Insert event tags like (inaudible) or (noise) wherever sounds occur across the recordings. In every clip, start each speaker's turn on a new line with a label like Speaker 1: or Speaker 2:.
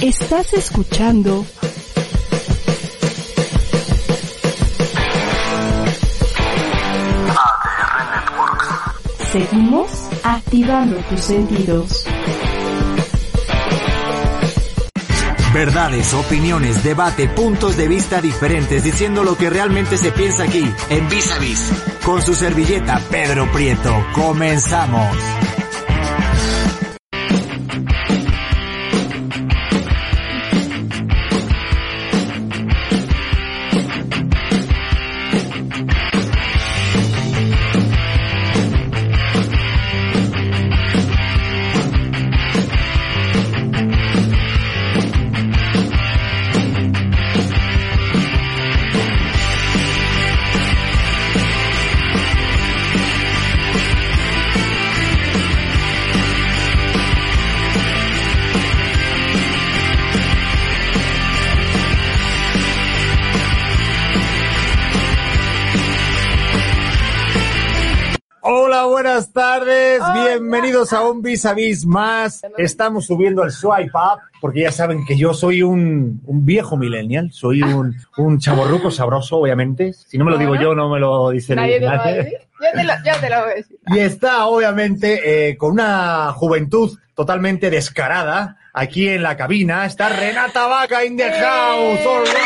Speaker 1: Estás escuchando
Speaker 2: ADR Networks.
Speaker 1: Seguimos activando tus sentidos.
Speaker 3: Verdades, opiniones, debate, puntos de vista diferentes, diciendo lo que realmente se piensa aquí, en Vis a Vis. Con su servilleta, Pedro Prieto. Comenzamos. Hola, buenas tardes. Bienvenidos a un Vis a Vis más. Estamos subiendo el swipe up porque ya saben que yo soy un, un viejo millennial. Soy un, un chaborruco sabroso, obviamente. Si no me lo digo yo, no me lo dice
Speaker 4: Nadie te lo va a
Speaker 3: nadie.
Speaker 4: decir. Yo te lo, yo te lo voy a decir.
Speaker 3: Y está obviamente eh, con una juventud totalmente descarada aquí en la cabina. Está Renata Vaca in the house.
Speaker 4: Eh,
Speaker 3: All right.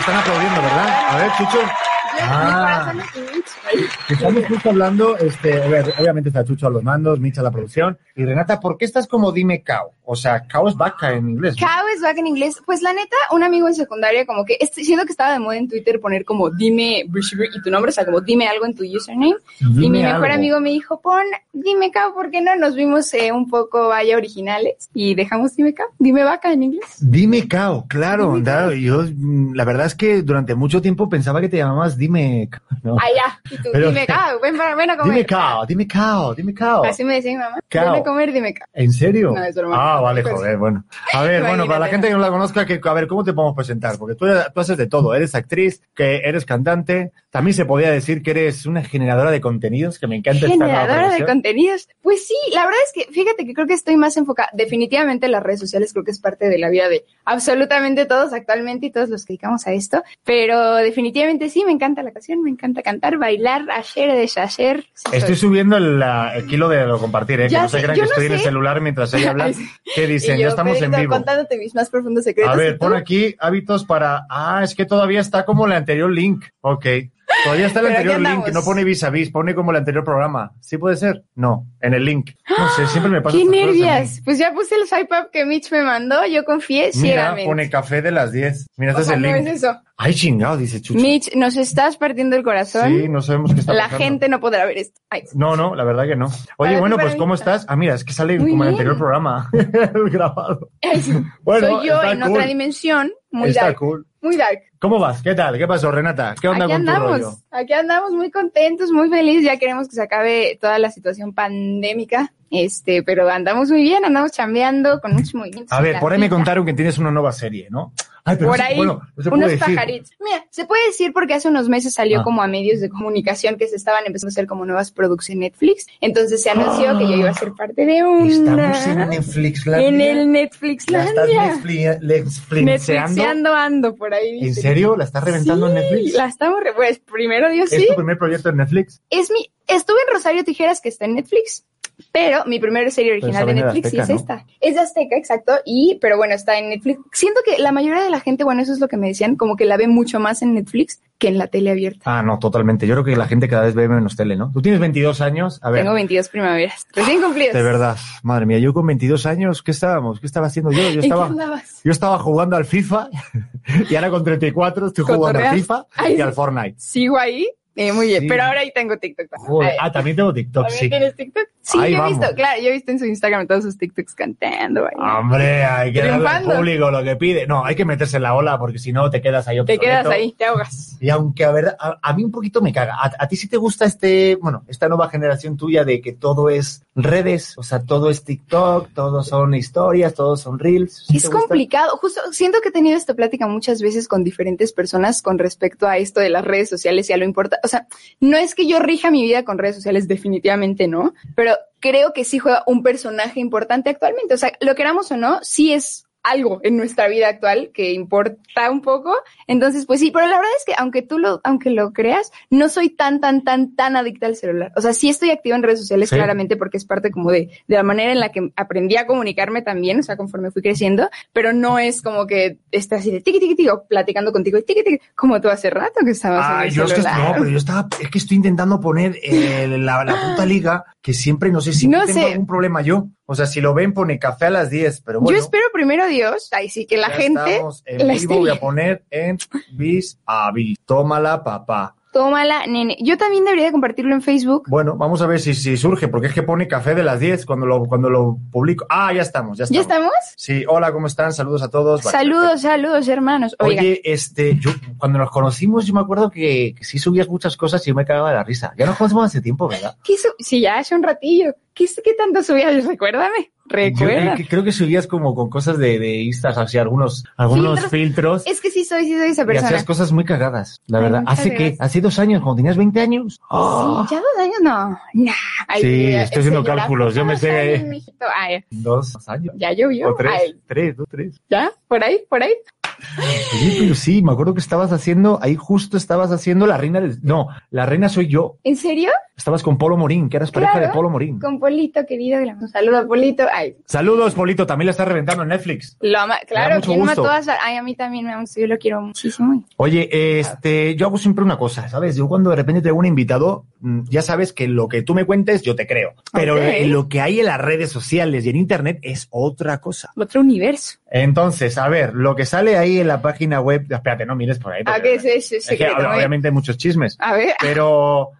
Speaker 3: Están aplaudiendo, ¿verdad? A ver, Chucho.
Speaker 4: Yo,
Speaker 3: Ah.
Speaker 4: mi corazón es mucho.
Speaker 3: Estamos justo hablando, este, a ver, obviamente está Chucho a los mandos, Micha a la producción. Y Renata, ¿por qué estás como dime cow? O sea, cow es vaca en inglés. ¿no?
Speaker 4: Cow is back en inglés. Pues la neta, un amigo en secundaria, como que est- siento que estaba de moda en Twitter poner como dime Brishibri y tu nombre, o sea, como dime algo en tu username. y mi mejor
Speaker 3: algo.
Speaker 4: amigo me dijo, pon dime cow, ¿por qué no? Nos vimos eh, un poco vaya originales y dejamos dime cow, dime vaca en inglés.
Speaker 3: Dime cow, claro. da- yo, mm, la verdad es que durante mucho tiempo pensaba que te llamabas dime cow. ¿no?
Speaker 4: Allá, y tú,
Speaker 3: Pero- (laughs)
Speaker 4: dime cow, ven, para- ven a comer.
Speaker 3: Dime cow, dime cow, dime cow.
Speaker 4: Así me decía mi mamá,
Speaker 3: Cow.
Speaker 4: ven a comer, dime cow.
Speaker 3: ¿En serio?
Speaker 4: No, es broma.
Speaker 3: Ah, vale,
Speaker 4: Pues-
Speaker 3: joder, bueno. A ver, bueno, para la
Speaker 4: Imagínate.
Speaker 3: gente que no la conozca, que, a ver, ¿cómo te podemos presentar? Porque tú, tú haces de todo, eres actriz, que eres cantante, también se podía decir que eres una generadora de contenidos, que me encanta esta nueva
Speaker 4: generadora de
Speaker 3: profesión.
Speaker 4: contenidos. Pues sí, la verdad es que fíjate que creo que estoy más enfocada. Definitivamente las redes sociales creo que es parte de la vida de absolutamente todos actualmente y todos los que dedicamos a esto. Pero definitivamente sí, me encanta la canción, me encanta cantar, bailar, ayer, deshacer. Sí
Speaker 3: Estoy
Speaker 4: soy.
Speaker 3: subiendo el, la- el kilo de lo compartir, ¿eh? que
Speaker 4: Ya
Speaker 3: no se
Speaker 4: sé,
Speaker 3: crean
Speaker 4: yo
Speaker 3: que
Speaker 4: no
Speaker 3: estoy en el
Speaker 4: sé.
Speaker 3: celular mientras ella habla.
Speaker 4: (laughs) Ay, sí.
Speaker 3: ¿Qué dicen?
Speaker 4: Y
Speaker 3: ya
Speaker 4: yo,
Speaker 3: estamos en
Speaker 4: Pedrito,
Speaker 3: vivo.
Speaker 4: Contándote mis más profundos secretos.
Speaker 3: A
Speaker 4: ¿y
Speaker 3: ver,
Speaker 4: tú?
Speaker 3: pon aquí hábitos para... Ah, es que todavía está como el anterior link. Ok. Todavía está el
Speaker 4: Pero aquí
Speaker 3: anterior link,
Speaker 4: andamos.
Speaker 3: no pone vis a vis, pone como el anterior programa. ¿Sí puede ser? No, en el link. No sé, siempre me pasa
Speaker 4: ¡Ah! ¡Qué
Speaker 3: estas cosas a mí.
Speaker 4: nervias! Pues ya puse el swipe up que Mitch me mandó, yo confié
Speaker 3: Mira,
Speaker 4: ciegamente.
Speaker 3: pone café de las 10. Mira, este
Speaker 4: O sea,
Speaker 3: es el
Speaker 4: no
Speaker 3: link.
Speaker 4: es eso.
Speaker 3: Ay, chingado, dice Chucho.
Speaker 4: Mitch, nos estás partiendo el corazón.
Speaker 3: Sí, no sabemos qué está
Speaker 4: la
Speaker 3: pasando.
Speaker 4: gente no podrá ver esto. Ay,
Speaker 3: No, no, la verdad que no.
Speaker 4: Para
Speaker 3: Oye,
Speaker 4: ti,
Speaker 3: bueno,
Speaker 4: para
Speaker 3: pues
Speaker 4: mí.
Speaker 3: ¿cómo estás? Ah, mira, es que sale
Speaker 4: Muy
Speaker 3: como el
Speaker 4: bien.
Speaker 3: anterior programa (laughs) grabado.
Speaker 4: Ay, sí.
Speaker 3: Bueno,
Speaker 4: Soy yo
Speaker 3: está
Speaker 4: en
Speaker 3: cool.
Speaker 4: otra dimensión, muy
Speaker 3: está
Speaker 4: dark,
Speaker 3: cool.
Speaker 4: muy dark.
Speaker 3: ¿Cómo vas? ¿Qué tal? ¿Qué pasó, Renata? ¿Qué onda
Speaker 4: Aquí
Speaker 3: con tu
Speaker 4: andamos,
Speaker 3: rollo?
Speaker 4: aquí andamos muy contentos, muy felices, ya queremos que se acabe toda la situación pandémica, este, pero andamos muy bien, andamos chambeando con muchos movimientos.
Speaker 3: A
Speaker 4: en
Speaker 3: ver,
Speaker 4: la
Speaker 3: por ahí me
Speaker 4: vida.
Speaker 3: contaron que tienes una nueva serie, ¿no? Ay, pero
Speaker 4: Por
Speaker 3: no se-
Speaker 4: ahí,
Speaker 3: bueno, no se
Speaker 4: unos
Speaker 3: puede decir.
Speaker 4: pajaritos. Mira, se puede decir porque hace unos meses salió
Speaker 3: Ah.
Speaker 4: como a medios de comunicación que se estaban empezando a hacer como nuevas producciones Netflix, entonces se anunció que yo iba a ser parte de una...
Speaker 3: Estamos en Netflix
Speaker 4: en el Netflix
Speaker 3: La estás Netfli- Netflixeando.
Speaker 4: Netflixeando ando por ahí.
Speaker 3: ¿En
Speaker 4: ¿viste?
Speaker 3: serio? ¿La estás reventando en Netflix?
Speaker 4: La estamos, re- pues primero Dios
Speaker 3: ¿Es
Speaker 4: sí.
Speaker 3: tu primer proyecto en Netflix?
Speaker 4: Es mi, estuve en Rosario Tijeras que está en Netflix, pero mi primera serie original
Speaker 3: esa
Speaker 4: de
Speaker 3: viene de
Speaker 4: Netflix sí
Speaker 3: Azteca,
Speaker 4: es
Speaker 3: ¿no?
Speaker 4: esta. Es de Azteca, exacto. Y, pero bueno, está en Netflix. Siento que la mayoría de la gente, bueno, eso es lo que me decían, como que la ve mucho más en Netflix que en la tele abierta.
Speaker 3: Ah, no, totalmente. Yo creo que la gente cada vez ve menos tele, ¿no? Tú tienes 22 años. A ver,
Speaker 4: Tengo 22 primaveras, recién cumplidas.
Speaker 3: de verdad. Madre mía, yo con 22 años, ¿qué estábamos? ¿Qué estaba haciendo yo? Yo
Speaker 4: (laughs) ¿En qué
Speaker 3: estaba,
Speaker 4: andabas?
Speaker 3: yo estaba jugando al FIFA (laughs) y ahora con 34 estoy jugando al
Speaker 4: Cotorreas.
Speaker 3: FIFA
Speaker 4: Ay,
Speaker 3: y
Speaker 4: sí.
Speaker 3: al Fortnite.
Speaker 4: Sigo ahí Eh, muy bien,
Speaker 3: Sí.
Speaker 4: pero ahora ahí tengo TikTok. también.
Speaker 3: Joder,
Speaker 4: Ay,
Speaker 3: Ah, también tengo TikTok,
Speaker 4: ¿también
Speaker 3: sí.
Speaker 4: tienes TikTok? Sí,
Speaker 3: Ahí
Speaker 4: yo he
Speaker 3: vamos.
Speaker 4: visto, claro, yo he visto en su Instagram todos sus TikToks cantando. bailando.
Speaker 3: Hombre, hay que darle al
Speaker 4: Triunfando.
Speaker 3: público lo que pide. No, hay que meterse en la ola porque si no te quedas ahí
Speaker 4: Te
Speaker 3: obsoleto.
Speaker 4: quedas ahí, te ahogas.
Speaker 3: Y aunque a, ver, a, a mí un poquito me caga. A, a ti sí te gusta este, bueno, esta nueva generación tuya de que todo es redes, o sea, todo es TikTok, todo son historias, todo son reels. ¿Sí
Speaker 4: Es
Speaker 3: te gusta?
Speaker 4: complicado, justo siento que he tenido esta plática muchas veces con diferentes personas con respecto a esto de las redes sociales y a lo importante, o sea, no es que yo rija mi vida con redes sociales, definitivamente no, pero creo que sí juega un personaje importante actualmente, o sea, lo queramos o no, sí es algo en nuestra vida actual que importa un poco, entonces pues sí, pero la verdad es que aunque tú lo, aunque lo creas, no soy tan, tan, tan, tan adicta al celular, o sea, sí estoy activa en redes sociales
Speaker 3: Sí.
Speaker 4: claramente porque es parte como de, de la manera en la que aprendí a comunicarme también, o sea, conforme fui creciendo, pero no es como que esté así de tiqui, tiqui, tiqui, o platicando contigo y tiqui, tiqui, como tú hace rato que estabas
Speaker 3: Ah,
Speaker 4: en el
Speaker 3: yo es que,
Speaker 4: celular.
Speaker 3: no, pero yo estaba, es que estoy intentando poner eh, la, la puta liga, que siempre no sé si
Speaker 4: No
Speaker 3: tengo
Speaker 4: sé.
Speaker 3: algún problema yo. O sea, si lo ven, pone café a las 10, pero bueno.
Speaker 4: Yo espero primero Dios, ahí sí que la
Speaker 3: ya
Speaker 4: gente
Speaker 3: estamos en
Speaker 4: la
Speaker 3: vivo, voy
Speaker 4: estrella.
Speaker 3: a poner en bis a bis. Tómala, papá.
Speaker 4: tómala, nene. Yo también debería de compartirlo en Facebook.
Speaker 3: Bueno, vamos a ver si, si surge, porque es que pone café de las 10 cuando lo, cuando lo publico. Ah, ya estamos, ya estamos.
Speaker 4: ¿Ya estamos?
Speaker 3: Sí, hola, ¿cómo están? Saludos a todos. Vale,
Speaker 4: saludos, saludos, hermanos.
Speaker 3: perfecto.
Speaker 4: Oiga,
Speaker 3: Oye, este, yo, cuando nos conocimos, yo me acuerdo que, que sí subías muchas cosas y yo me cagaba de la risa. Ya nos conocemos hace tiempo, ¿verdad?
Speaker 4: ¿qué su- sí, ya hace un ratillo. ¿Qué, su- qué tanto subías? Recuérdame,
Speaker 3: Yo creo
Speaker 4: recuerda.
Speaker 3: que, creo que subías como con cosas de, de Instas, así, algunos, algunos filtros.
Speaker 4: Es que sí soy, sí soy esa
Speaker 3: Y hacías
Speaker 4: persona.
Speaker 3: cosas muy cagadas, la
Speaker 4: Ay,
Speaker 3: verdad.
Speaker 4: muchas
Speaker 3: ¿Hace qué?
Speaker 4: gracias.
Speaker 3: ¿Hace dos años? ¿Cuando tenías 20 años? ¡Ah!
Speaker 4: Sí, ya dos años no. Nah, ay,
Speaker 3: Sí,
Speaker 4: mira,
Speaker 3: estoy haciendo
Speaker 4: señora,
Speaker 3: cálculos, yo me
Speaker 4: dos
Speaker 3: sé-
Speaker 4: años, mijito. Ay,
Speaker 3: Dos años.
Speaker 4: ya llovió.
Speaker 3: O tres,
Speaker 4: Ay,
Speaker 3: tres, dos, tres.
Speaker 4: ya, por ahí, por ahí.
Speaker 3: Oye, pero sí, me acuerdo que estabas haciendo, ahí justo estabas haciendo la reina del... No, la reina soy yo.
Speaker 4: ¿En serio?
Speaker 3: Estabas con Polo Morín, que eras pareja
Speaker 4: Claro.
Speaker 3: de Polo Morín.
Speaker 4: Con Polito, querido. que le mando Un saludo a Polito. Ay,
Speaker 3: Saludos, Polito, también la está reventando en Netflix.
Speaker 4: lo ama. Claro,
Speaker 3: mucho
Speaker 4: ¿quién
Speaker 3: gusto.
Speaker 4: mató a Sara? Ay, a mí también me ama. Yo lo quiero muchísimo.
Speaker 3: Oye, este, yo hago siempre una cosa, ¿sabes? Yo cuando de repente traigo un invitado, mm, ya sabes que lo que tú me cuentes, yo te creo. Pero
Speaker 4: Ok.
Speaker 3: eh, lo que hay en las redes sociales y en internet es otra cosa.
Speaker 4: Otro universo.
Speaker 3: Entonces, a ver, lo que sale ahí en la página web, espérate, no mires por ahí.
Speaker 4: Ah,
Speaker 3: porque-
Speaker 4: que ese es,
Speaker 3: es que, ah,
Speaker 4: secreto. ¿eh?
Speaker 3: obviamente hay muchos chismes.
Speaker 4: A ver,
Speaker 3: Pero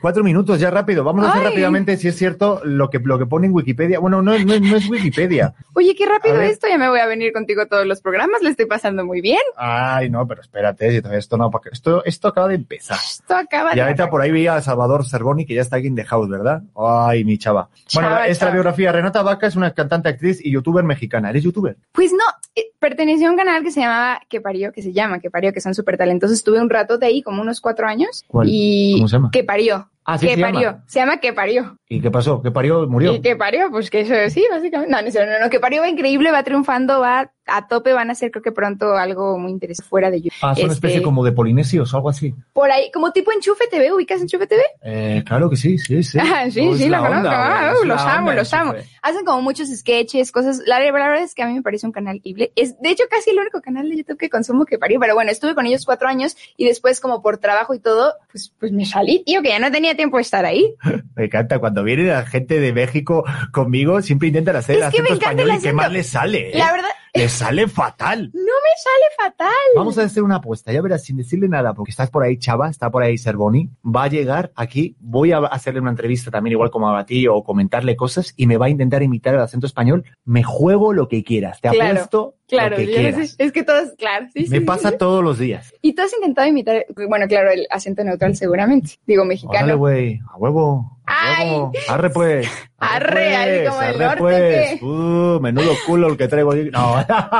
Speaker 3: cuatro minutos ya rápido. Vamos a hacer
Speaker 4: Ay.
Speaker 3: rápidamente, si es cierto, lo que, lo que pone en Wikipedia. Bueno, no, es- no es- no es Wikipedia.
Speaker 4: oye, qué
Speaker 3: A
Speaker 4: rápido
Speaker 3: ver.
Speaker 4: esto. Ya me voy a venir contigo a todos los programas. Le estoy pasando muy bien.
Speaker 3: Ay, no, pero espérate, si todavía esto no, porque esto, esto acaba de empezar.
Speaker 4: Esto acaba
Speaker 3: Y
Speaker 4: de.
Speaker 3: ahorita por ahí veía a Salvador Cervoni, que ya está aquí en The House, ¿verdad? Ay, mi chava. Bueno,
Speaker 4: Chava,
Speaker 3: esta
Speaker 4: chava.
Speaker 3: biografía. Renata Vaca es una cantante, actriz y youtuber mexicana. ¿Eres youtuber?
Speaker 4: Pues no, eh, perteneció a un canal que se llamaba Que Parió, que se llama Que Parió, que son súper talentosos. Estuve un rato de ahí, como unos cuatro años.
Speaker 3: ¿Cuál?
Speaker 4: Y
Speaker 3: ¿Cómo se llama?
Speaker 4: Que Parió.
Speaker 3: Ah,
Speaker 4: que parió, se llama Que Parió.
Speaker 3: ¿Y qué pasó? ¿Qué parió? ¿Murió?
Speaker 4: Y que parió, pues que eso sí, básicamente. No, no, es cierto, no, no, que parió va increíble, va triunfando, va a tope, van a hacer creo que pronto algo muy interesante fuera de YouTube.
Speaker 3: Ah, son una
Speaker 4: Este-
Speaker 3: especie como de polinesios o algo así.
Speaker 4: Por ahí, como tipo Enchufe TV, ¿ubicas Enchufe TV?
Speaker 3: Eh, claro que sí, sí, sí.
Speaker 4: (laughs) Ah, sí,
Speaker 3: No, Oh, es
Speaker 4: sí, la
Speaker 3: onda,
Speaker 4: conozco, ah,
Speaker 3: güey, es
Speaker 4: uh, los
Speaker 3: la
Speaker 4: amo,
Speaker 3: onda,
Speaker 4: los
Speaker 3: eso
Speaker 4: amo.
Speaker 3: fue.
Speaker 4: Hacen como muchos sketches, cosas. La, la verdad es que a mí me parece un canal increíble. Es, de hecho, casi el único canal de YouTube que consumo que parió. Pero bueno, estuve con ellos cuatro años y después, como por trabajo y todo, pues, pues me salí, tío, que ya no tenía tiempo de estar ahí.
Speaker 3: Me encanta, cuando viene la gente de México conmigo, siempre intentan hacer
Speaker 4: Es que
Speaker 3: acento
Speaker 4: me encanta el
Speaker 3: español y qué
Speaker 4: acento.
Speaker 3: más les sale. ¿eh?
Speaker 4: La verdad,
Speaker 3: Les sale fatal.
Speaker 4: no me sale fatal.
Speaker 3: Vamos a hacer una apuesta, ya verás, sin decirle nada, porque estás por ahí Chava, está por ahí Serboni, va a llegar aquí, voy a hacerle una entrevista también igual como a ti o comentarle cosas y me va a intentar imitar el acento español. Me juego lo que quieras, te
Speaker 4: Claro,
Speaker 3: apuesto
Speaker 4: Claro,
Speaker 3: lo que
Speaker 4: yo no sé,
Speaker 3: quieras.
Speaker 4: es que todos, claro, sí, sí,
Speaker 3: Me
Speaker 4: sí, sí.
Speaker 3: pasa todos los días.
Speaker 4: Y tú has intentado imitar, bueno, claro, el acento neutral seguramente, digo
Speaker 3: Órale,
Speaker 4: mexicano.
Speaker 3: güey, a huevo. A
Speaker 4: Ay.
Speaker 3: huevo. Arre pues.
Speaker 4: (laughs) Arre, así como el norte,
Speaker 3: pues.
Speaker 4: ¿qué?
Speaker 3: Uh, menudo culo el que traigo aquí. No. (laughs)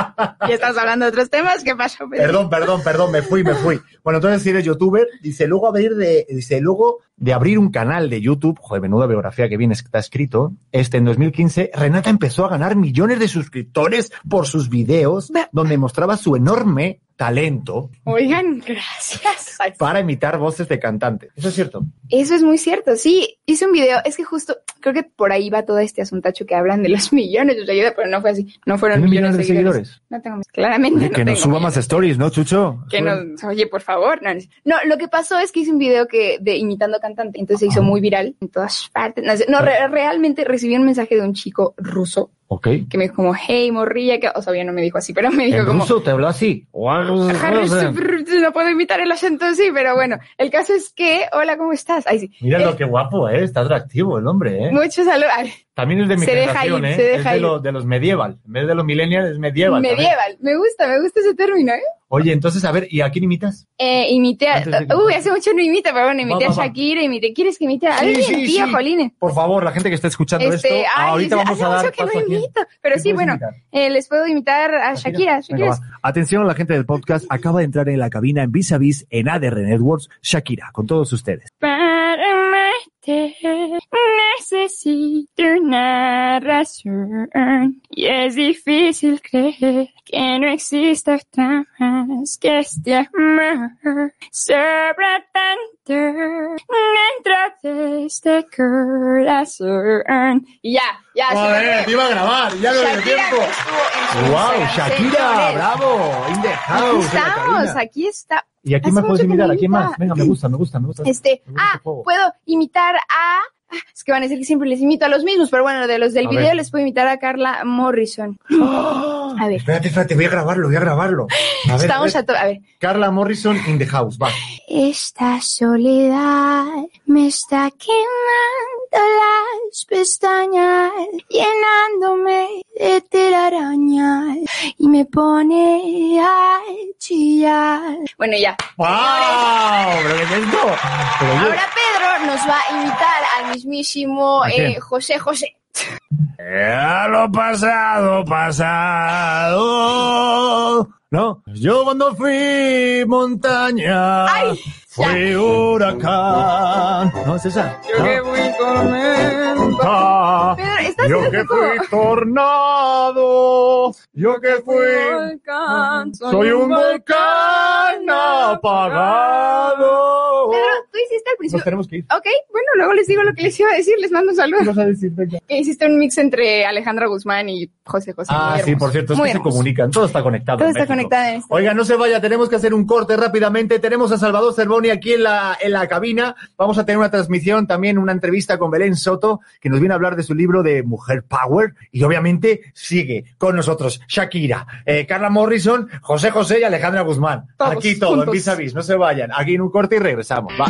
Speaker 4: Ya estás hablando de otros temas, ¿qué pasó? Pues,
Speaker 3: perdón,
Speaker 4: Pedro?
Speaker 3: perdón, perdón, me fui, me fui. Bueno, entonces si eres youtuber, dice luego abrir de, dice luego de abrir un canal de YouTube, joder, menuda biografía que bien está escrito. Este en 2015 Renata empezó a ganar millones de suscriptores por sus videos
Speaker 4: Ve-
Speaker 3: donde mostraba su enorme talento
Speaker 4: Oigan, gracias.
Speaker 3: (laughs)
Speaker 4: Ay,
Speaker 3: para imitar voces de cantantes. Eso es cierto.
Speaker 4: Eso es muy cierto, sí. Hice un video, es que justo creo que por ahí va todo este asuntacho que hablan de los (laughs) millones de seguidores, pero no fue así. No fueron
Speaker 3: ¿Tiene
Speaker 4: millones, de seguidores. No tengo, claramente.
Speaker 3: Oye,
Speaker 4: (laughs) no
Speaker 3: que nos
Speaker 4: tengo
Speaker 3: suba
Speaker 4: millones.
Speaker 3: más stories, ¿no, Chucho? Pues,
Speaker 4: Que nos, oye, por favor. No, no es- no, lo que pasó es que hice un video que de imitando cantante, entonces se hizo
Speaker 3: Ah.
Speaker 4: muy viral en todas partes. No, sé, no, re- realmente recibí un mensaje de un chico ruso
Speaker 5: Ok.
Speaker 4: que me dijo como, hey, morrilla, que, o sea, bien no me dijo así, pero me dijo
Speaker 5: En
Speaker 4: como,
Speaker 5: ruso te habló así.
Speaker 4: Harry, (laughs) super- no puedo imitar el acento, sí, pero bueno, el caso es que, hola, ¿cómo estás? Ay, sí.
Speaker 5: Mira
Speaker 4: Eh,
Speaker 5: lo que guapo, ¿eh? Está atractivo el hombre, ¿eh?
Speaker 4: Muchos saludos. Ay,
Speaker 5: También es de mi
Speaker 4: Se deja
Speaker 5: generación,
Speaker 4: ir,
Speaker 5: ¿eh?
Speaker 4: se deja
Speaker 5: es de,
Speaker 4: ir.
Speaker 5: lo- de los medieval. En vez de los millennials, es medieval. también.
Speaker 4: Medieval, me gusta, me gusta ese término, ¿eh?
Speaker 5: Oye, entonces, a ver, ¿y a quién imitas?
Speaker 4: Eh, imité a,
Speaker 5: Antes de que-
Speaker 4: uy, hace mucho no imita, pero bueno, imité
Speaker 5: Va,
Speaker 4: a
Speaker 5: va, va.
Speaker 4: Shakira, imité, ¿quieres que imite a
Speaker 3: Sí,
Speaker 4: alguien?
Speaker 3: sí,
Speaker 4: Tío,
Speaker 3: sí.
Speaker 4: Jolines.
Speaker 3: Por favor, la gente que está escuchando
Speaker 4: Este,
Speaker 3: esto,
Speaker 4: ay,
Speaker 3: ahorita
Speaker 4: dice,
Speaker 3: vamos a
Speaker 4: hace
Speaker 3: dar
Speaker 4: mucho que
Speaker 3: paso a
Speaker 4: no
Speaker 3: quién.
Speaker 4: imito,
Speaker 3: ¿Quién
Speaker 4: pero sí,
Speaker 3: puedes
Speaker 4: bueno,
Speaker 3: imitar? Ah,
Speaker 4: eh, les puedo imitar a Shakira,
Speaker 3: Venga,
Speaker 4: Shakira. es-
Speaker 3: va. Atención a la gente del podcast, acaba de entrar en la cabina en Vis a Vis en ADR Networks, Shakira, con todos ustedes.
Speaker 4: Para amarte necesito una razón y es difícil creer que no exista otra más que este amor sobra tanto dentro de este corazón. Y ya, ya, señores.
Speaker 3: iba a grabar, ya
Speaker 4: Ah, Shakira que estuvo en su
Speaker 3: ¡Wow!
Speaker 4: Instagram,
Speaker 3: Shakira,
Speaker 4: señores.
Speaker 3: bravo, in the
Speaker 4: Aquí
Speaker 3: house. en la
Speaker 4: estamos,
Speaker 3: cabina.
Speaker 4: aquí está.
Speaker 5: ¿Y a
Speaker 4: Hace
Speaker 5: quién más puedes
Speaker 4: mucho que
Speaker 5: imitar?
Speaker 4: no
Speaker 5: ¿A quién
Speaker 4: imita.
Speaker 5: más? Venga, me gusta, me gusta, me gusta.
Speaker 4: Este,
Speaker 5: Me gusta
Speaker 4: ah,
Speaker 5: el juego.
Speaker 4: puedo imitar a. ah, Es que van a decir que siempre les imito a los mismos, pero bueno, de los del
Speaker 5: A
Speaker 4: video
Speaker 5: ver.
Speaker 4: les puedo imitar a Carla Morrison. A ver,
Speaker 3: Espérate, espérate, voy a grabarlo, voy a grabarlo. ¡Ah! A
Speaker 4: (laughs)
Speaker 3: ver,
Speaker 4: estamos
Speaker 3: a
Speaker 4: a
Speaker 3: ver.
Speaker 4: to- A ver.
Speaker 3: Carla Morrison in the house, va.
Speaker 4: Esta soledad me está quemando las pestañas, llenándome de telarañas y me pone a chillar. Bueno, ya.
Speaker 3: ¡Wow! ¿Pero qué es esto? Pero yo-
Speaker 4: Ahora Pedro nos va a imitar al mismísimo
Speaker 3: ¿A
Speaker 4: eh,
Speaker 3: quién?
Speaker 4: José José.
Speaker 3: A lo pasado, pasado. No, yo cuando fui montaña,
Speaker 4: Ay,
Speaker 3: fui huracán. No, es esa.
Speaker 4: Yo que fui tormento.
Speaker 3: Ah,
Speaker 4: Pedro, estás
Speaker 3: yo
Speaker 4: haciendo
Speaker 3: que
Speaker 4: como-
Speaker 3: fui tornado, yo que fui,
Speaker 4: volcán,
Speaker 3: soy un volcán apagado.
Speaker 4: Pedro, tú hiciste al
Speaker 3: Nos
Speaker 4: principio.
Speaker 3: tenemos que ir.
Speaker 4: Ok, bueno, luego les digo lo que les iba a decir, les mando un
Speaker 3: ¿Qué
Speaker 4: saludo.
Speaker 3: vas a decir? Venga.
Speaker 4: Que hiciste un mix entre Alejandra Guzmán y José José.
Speaker 3: Ah,
Speaker 4: muy
Speaker 3: sí,
Speaker 4: hermoso.
Speaker 3: por cierto, es
Speaker 4: Muy
Speaker 3: que se
Speaker 4: hermoso.
Speaker 3: comunican, todo está conectado.
Speaker 4: Todo
Speaker 3: en
Speaker 4: está
Speaker 3: México.
Speaker 4: conectado en esto.
Speaker 3: Oiga, no se vaya, tenemos que hacer un corte rápidamente. Tenemos a Salvador Cervoni aquí en la, en la cabina. Vamos a tener una transmisión, también una entrevista con Belén Soto, que nos viene a hablar de su libro de Mujer Power. Y obviamente sigue con nosotros Shakira, eh, Carla Morrison, José José y Alejandra Guzmán.
Speaker 4: Todos
Speaker 3: aquí todo, en
Speaker 4: juntos.
Speaker 3: vis a vis. No se vayan. Aquí en un corte y regresamos. Va.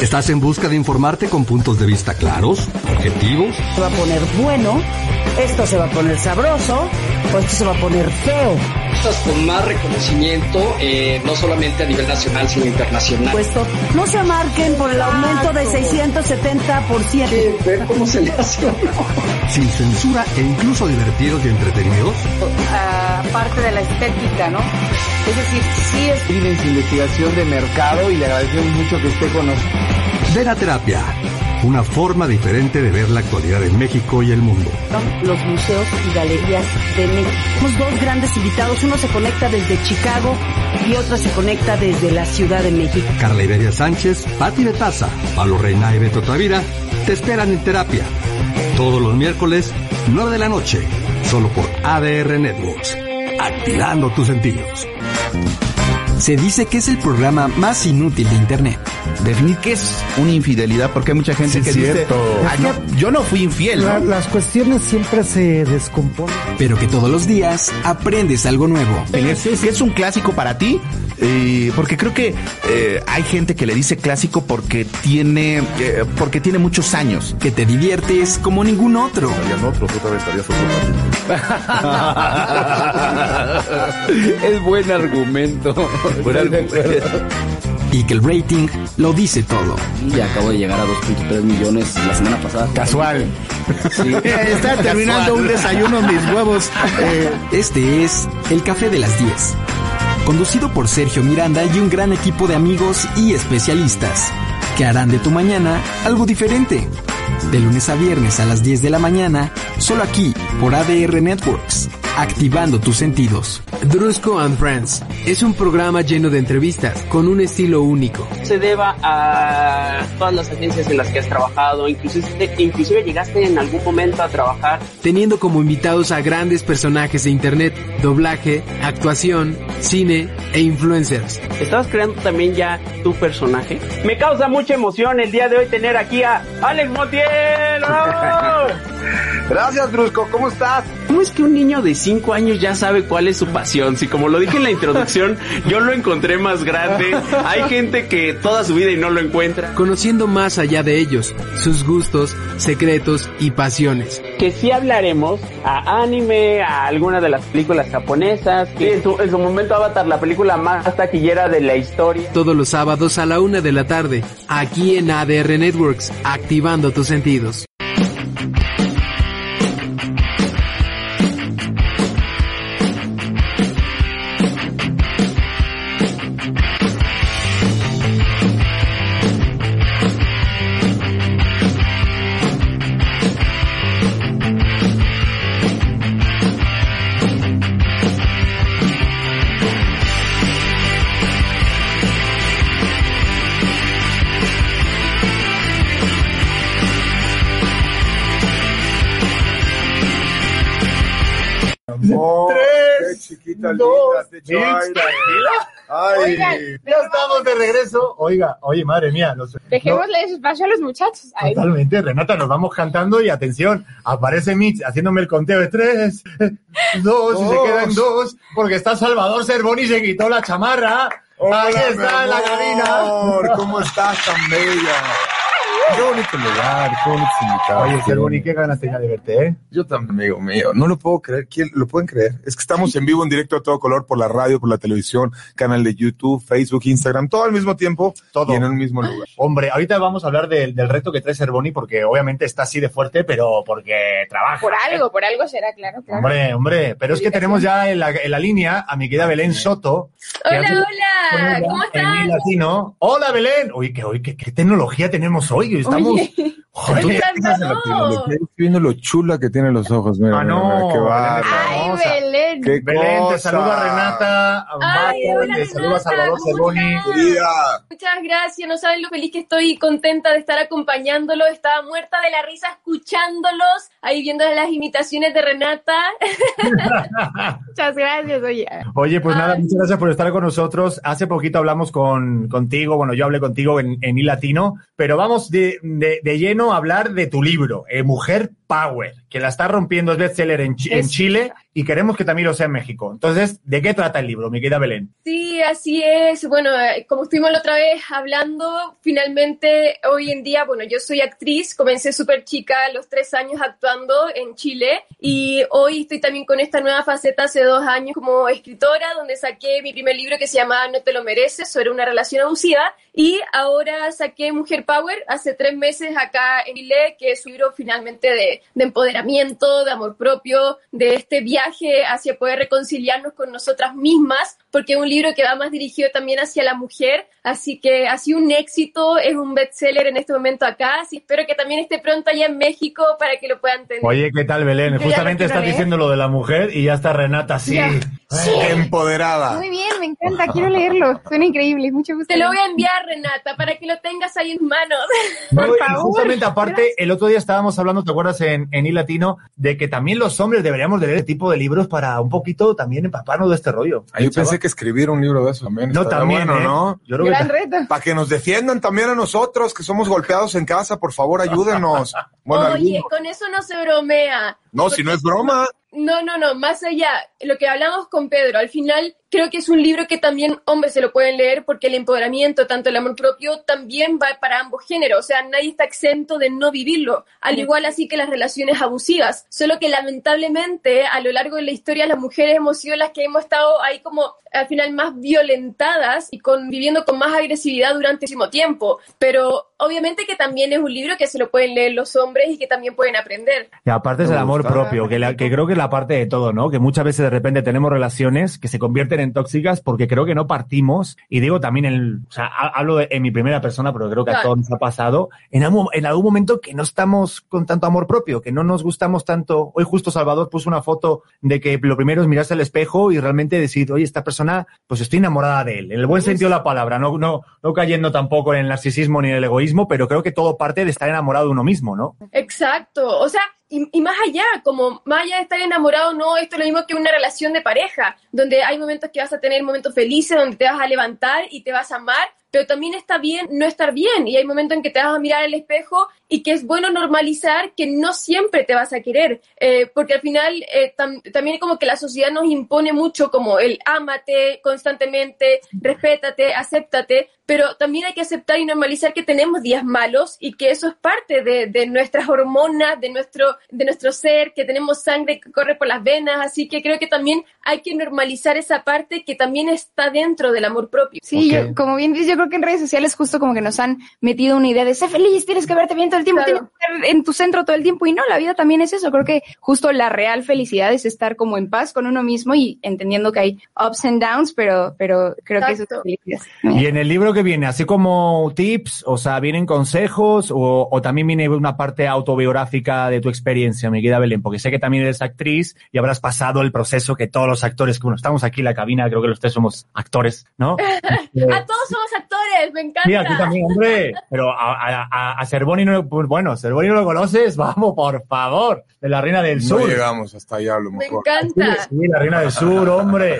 Speaker 6: ¿Estás en busca de informarte con puntos de vista claros, objetivos?
Speaker 1: se va a poner bueno, esto se va a poner sabroso, o esto se va a poner feo.
Speaker 7: con más reconocimiento, eh, no solamente a nivel nacional, sino internacional.
Speaker 1: Puesto, no se amarquen por el aumento de 670%.
Speaker 7: que ver cómo se le hace a uno.
Speaker 6: ¿Sin censura e incluso divertidos y entretenidos?
Speaker 1: Parte de la estética, ¿no? Es decir, sí es
Speaker 6: Ver a terapia, una forma diferente de ver la actualidad en México y el mundo.
Speaker 1: los museos y galerías de México. Somos dos grandes invitados, uno se conecta desde Chicago y otro se conecta desde la Ciudad de México.
Speaker 6: Carla Iberia Sánchez, Patti Betaza, Pablo Reina y Beto Tavira te esperan en terapia. Todos los miércoles, 9 de la noche, solo por ADR Networks. Activando tus sentidos.
Speaker 8: Se dice que es el programa más inútil de Internet. Definir qué es una infidelidad, porque hay mucha gente que dice, "Ah, no, yo no fui infiel, ¿no?".
Speaker 9: las cuestiones siempre se descomponen.
Speaker 8: pero que todos los días aprendes algo nuevo.
Speaker 10: que es un clásico para ti? Eh, porque creo que eh, hay gente que le dice clásico porque tiene eh, porque tiene muchos años.
Speaker 8: Que te diviertes como ningún otro.
Speaker 10: (laughs) es buen argumento.
Speaker 8: Y que el rating lo dice todo.
Speaker 7: Y acabo de llegar a 2.3 millones la semana pasada.
Speaker 10: Casual. (laughs) Está terminando un desayuno mis huevos. Eh,
Speaker 8: Este es El Café de las 10. Conducido por Sergio Miranda y un gran equipo de amigos y especialistas que harán de tu mañana algo diferente. De lunes a viernes a las 10 de la mañana, solo aquí por ADR Networks,
Speaker 11: activando tus sentidos.
Speaker 12: Drusco and Friends es un programa lleno de entrevistas con un estilo único.
Speaker 7: Se deba a todas las agencias en las que has trabajado, inclusive, inclusive llegaste en algún momento a trabajar.
Speaker 12: Teniendo como invitados a grandes personajes de internet, doblaje, actuación, cine e influencers.
Speaker 7: ¿Estabas creando también ya tu personaje?
Speaker 13: Me causa mucha emoción el día de hoy tener aquí a Alex Montiel.
Speaker 6: Gracias, Drusco. ¿Cómo estás?
Speaker 7: ¿Cómo es que un niño de 5 años ya sabe cuál es su pasión? Si como lo dije en la introducción, yo lo encontré más (laughs) grande. Hay gente que toda su vida y no lo encuentra.
Speaker 12: Conociendo más allá de ellos, sus gustos, secretos y pasiones.
Speaker 13: Que sí hablaremos a anime, a alguna de las películas japonesas. Que... Sí, en, su, en su momento Avatar, la película más taquillera de la historia.
Speaker 12: Todos los sábados a la una de la tarde, aquí en ADR Networks, activando tus sentidos.
Speaker 6: chiquita, dos, linda, te
Speaker 3: Ay, Oigan,
Speaker 6: ya
Speaker 3: estamos de regreso. Oiga, oye, madre mía. Los,
Speaker 14: Dejémosle no, espacio a los muchachos. Ay.
Speaker 3: Totalmente, Renata, nos vamos cantando y atención, aparece Mitch haciéndome el conteo de tres, dos, y se quedan dos, porque está Salvador Cervón y se quitó la chamarra.
Speaker 6: Hola,
Speaker 3: Ahí está en la
Speaker 6: cabina. (laughs) ¿Cómo estás tan bella? Qué bonito
Speaker 10: Ah,
Speaker 6: lugar, qué bonito invitado.
Speaker 3: Oye, Sergio, ni qué ganas tenía de verte, ¿eh?
Speaker 6: Yo también, amigo mío. No lo puedo creer. ¿Quién lo pueden creer? Es que estamos en vivo, en directo a todo color, por la radio, por la televisión, canal de YouTube, Facebook, Instagram, todo al mismo tiempo
Speaker 3: Todo.
Speaker 6: y en un mismo lugar.
Speaker 3: Hombre, ahorita vamos a hablar del, del reto que trae Serboni, porque obviamente está así de fuerte, pero porque trabaja.
Speaker 14: Por algo, por algo será, claro, claro.
Speaker 3: Hombre, hombre, pero es que tenemos ya en la, en la línea a mi querida Belén Soto. que
Speaker 4: Hola,
Speaker 3: hace-
Speaker 4: hola, ¿cómo
Speaker 3: en mi
Speaker 4: están?
Speaker 3: latino. Hola, Belén. Oye, que hoy, qué, qué tecnología tenemos hoy. Estamos.
Speaker 4: (laughs)
Speaker 3: Joder,
Speaker 6: Tú te fijas en la
Speaker 4: Salvador.
Speaker 6: tecnología, estoy viendo lo chula que tiene los ojos. Mira,
Speaker 3: Ah,
Speaker 6: mira,
Speaker 3: no,
Speaker 6: mira, qué bárbaro.
Speaker 4: Ay,
Speaker 3: hermosa.
Speaker 4: Belén.
Speaker 6: Qué
Speaker 3: Belén, te
Speaker 6: cosa.
Speaker 3: saluda Renata. a
Speaker 4: Ay,
Speaker 3: Marco,
Speaker 4: hola,
Speaker 3: te saluda
Speaker 4: Renata,
Speaker 3: Salvador
Speaker 4: ¿cómo
Speaker 3: Cervoni.
Speaker 4: estás?
Speaker 6: Querida.
Speaker 4: Muchas gracias, no saben lo feliz que estoy y contenta de estar acompañándolo. Estaba muerta de la risa escuchándolos, ahí viendo las imitaciones de Renata.
Speaker 14: Muchas gracias, oye.
Speaker 3: Oye, pues nada, muchas gracias por estar con nosotros. Hace poquito hablamos con, contigo, bueno, yo hablé contigo en, en iLatino, pero vamos de, de- de lleno a hablar de tu libro, eh, Mujer Power, que la está rompiendo, es bestseller en, Chi- en
Speaker 4: Es-
Speaker 3: Chile y queremos que también lo sea en México. Entonces, ¿de qué trata el libro, mi querida Belén?
Speaker 4: Sí, así es. Bueno, eh, como estuvimos la otra vez hablando, finalmente hoy en día, bueno, yo soy actriz, comencé súper chica a los tres años actuando en Chile y hoy estoy también con esta nueva faceta hace dos años como escritora, donde saqué mi primer libro que se llamaba No te lo mereces, sobre una relación abusiva y ahora saqué Mujer Power hace tres meses acá en Chile, que es un libro finalmente de, de empoderamiento, de amor propio, de este viaje hacia poder reconciliarnos con nosotras mismas, porque es un libro que va más dirigido también hacia la mujer, así que ha sido un éxito, es un bestseller en este momento acá, así espero que también esté pronto allá en México para que lo puedan tener.
Speaker 3: Oye, ¿qué tal, Belén?
Speaker 14: Yo ya lo
Speaker 3: Justamente
Speaker 14: quiero
Speaker 3: estás
Speaker 14: leer.
Speaker 3: diciendo lo de la mujer y ya está Renata, sí.
Speaker 14: Ya.
Speaker 6: Empoderada.
Speaker 14: Muy bien, me encanta, quiero leerlo. Suena increíble, mucho gusto.
Speaker 4: Te lo voy a enviar, Renata, para que lo tengas ahí en manos.
Speaker 3: No, y
Speaker 14: favor.
Speaker 3: justamente aparte, el otro día estábamos hablando, ¿te acuerdas en, en iLatino? De que también los hombres deberíamos de leer este tipo de libros para un poquito también empaparnos de este rollo.
Speaker 6: Ah, yo pensé que escribir un libro de eso también.
Speaker 3: No,
Speaker 6: estaría
Speaker 3: también,
Speaker 6: bueno,
Speaker 3: ¿eh?
Speaker 6: ¿no?
Speaker 3: Yo creo que
Speaker 14: Gran reto.
Speaker 6: Para que nos defiendan también a nosotros, que somos golpeados en casa, por favor, ayúdenos. Bueno,
Speaker 4: Oye,
Speaker 6: algunos.
Speaker 4: con eso no se bromea.
Speaker 6: no, si no es broma.
Speaker 4: No, no, no, más allá, lo que hablamos con Pedro, al final creo que es un libro que también hombres se lo pueden leer porque el empoderamiento, tanto el amor propio, también va para ambos géneros, o sea, nadie está exento de no vivirlo, al igual así que las relaciones abusivas, solo que lamentablemente a lo largo de la historia las mujeres hemos sido las que hemos estado ahí como al final más violentadas y conviviendo con más agresividad durante muchísimo tiempo, pero obviamente que también es un libro que se lo pueden leer los hombres y que también pueden aprender.
Speaker 3: Y aparte es
Speaker 6: Me
Speaker 3: el amor
Speaker 6: gusta. ¿eh?
Speaker 3: propio, que, la- que creo que es la parte de todo, ¿no? Que muchas veces de repente tenemos relaciones que se convierten Mujer en Tóxicas porque creo que no partimos, y digo también, el, o sea, ha- hablo de- en mi primera persona, pero creo que a
Speaker 15: Claro.
Speaker 3: todos nos ha pasado, en algún, en algún momento que no estamos con tanto amor propio, que no nos gustamos tanto. Hoy justo Salvador puso una foto de que lo primero es mirarse al espejo y realmente decir, oye, esta persona, pues estoy enamorada de él, en el buen sentido de la palabra, no, no, no cayendo tampoco en el narcisismo ni en el egoísmo, pero creo que todo parte de estar enamorado de uno mismo, ¿no?
Speaker 12: Exacto, o sea, y, y más allá, como más allá de estar enamorado, no, esto es lo mismo que una relación de pareja, donde hay momentos que vas a tener momentos felices, donde te vas a levantar y te vas a amar, pero también está bien no estar bien, y hay momentos en que te vas a mirar al espejo y que es bueno normalizar que no siempre te vas a querer, eh, porque al final eh, tam- también como que la sociedad nos impone mucho como el ámate constantemente, respétate, acéptate, pero también hay que aceptar y normalizar que tenemos días malos y que eso es parte de, de nuestras hormonas, de nuestro, de nuestro ser, que tenemos sangre que corre por las venas, así que creo que también hay que normalizar esa parte que también está dentro del amor propio.
Speaker 4: Sí, yo, como bien dices, yo creo que en redes sociales justo como que nos han metido una idea de ser feliz, tienes que verte bien todo el tiempo, tienes que estar en tu centro todo el tiempo y no, la vida también es eso. Creo que justo la real felicidad es estar como en paz con uno mismo y entendiendo que hay ups and downs, pero, pero creo que eso es felicidad.
Speaker 3: Y en el libro que viene, así como tips, o sea, vienen consejos o, o también viene una parte autobiográfica de tu experiencia, mi querida Belén, porque sé que también eres actriz y habrás pasado el proceso que todos los actores, que bueno, estamos aquí en la cabina, creo que los tres somos actores, ¿no? Este,
Speaker 12: A todos somos actores, me encanta.
Speaker 3: Sí, aquí también, hombre. Pero a, a, a- a Cervoni no lo, pues bueno, Cervoni no lo conoces, (laughs) vamos, por favor, de la Reina del
Speaker 10: No
Speaker 3: Sur.
Speaker 10: llegamos hasta allá, a lo
Speaker 12: Me
Speaker 10: mejor.
Speaker 12: encanta.
Speaker 3: Sí, la Reina del Sur, hombre.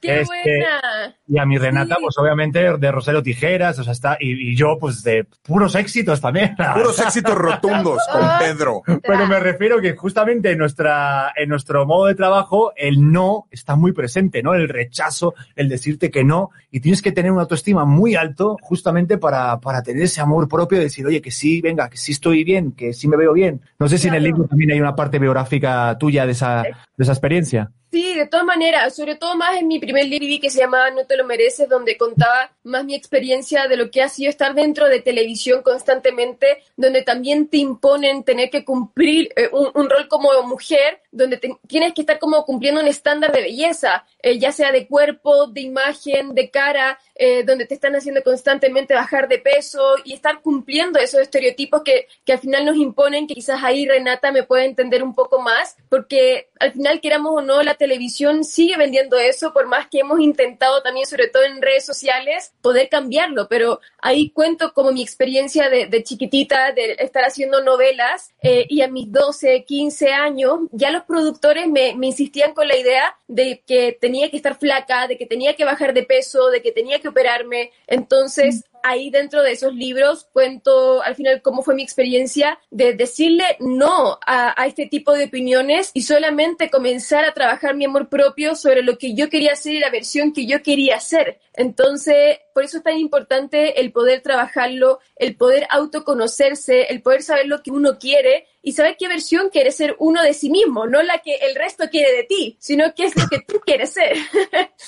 Speaker 12: Qué
Speaker 3: Este,
Speaker 12: buena.
Speaker 3: Y a mi Renata, pues obviamente de Rosario Tijeras, o sea, está, y, y yo, pues de puros éxitos también. (laughs)
Speaker 10: Puros éxitos rotundos con Pedro.
Speaker 3: Pero me refiero que justamente en, nuestra, en nuestro modo de trabajo, el no está muy presente, ¿no? El rechazo, el decirte que no, y tienes que tener una autoestima muy alto justamente para, para tener ese amor propio de decir, oye, que sí, venga, que sí estoy bien, que sí me veo bien. No sé si en el libro también hay una parte biográfica tuya de esa, de esa experiencia.
Speaker 12: Sí, de todas maneras, sobre todo más en mi primer libro que se llamaba No te lo mereces, donde contaba más mi experiencia de lo que ha sido estar dentro de televisión constantemente, donde también te imponen tener que cumplir eh, un, un rol como mujer, donde te- tienes que estar como cumpliendo un estándar de belleza, eh, ya sea de cuerpo, de imagen, de cara, eh, donde te están haciendo constantemente bajar de peso y estar cumpliendo esos estereotipos que, que al final nos imponen, que quizás ahí Renata me puede entender un poco más, porque al final, queramos o no, la televisión sigue vendiendo eso, por más que hemos intentado también, sobre todo en redes sociales, poder cambiarlo, pero ahí cuento como mi experiencia de, de chiquitita, de estar haciendo novelas, eh, y a mis 12, 15 años, ya los productores me, me insistían con la idea de que tenía que estar flaca, de que tenía que bajar de peso, de que tenía que operarme, entonces ahí dentro de esos libros cuento al final cómo fue mi experiencia de decirle no a, a este tipo de opiniones y solamente comenzar a trabajar mi amor propio sobre lo que yo quería hacer y la versión que yo quería hacer. Entonces, por eso es tan importante el poder trabajarlo, el poder autoconocerse, el poder saber lo que uno quiere y saber qué versión quiere ser uno de sí mismo, no la que el resto quiere de ti, sino qué es lo que tú quieres ser.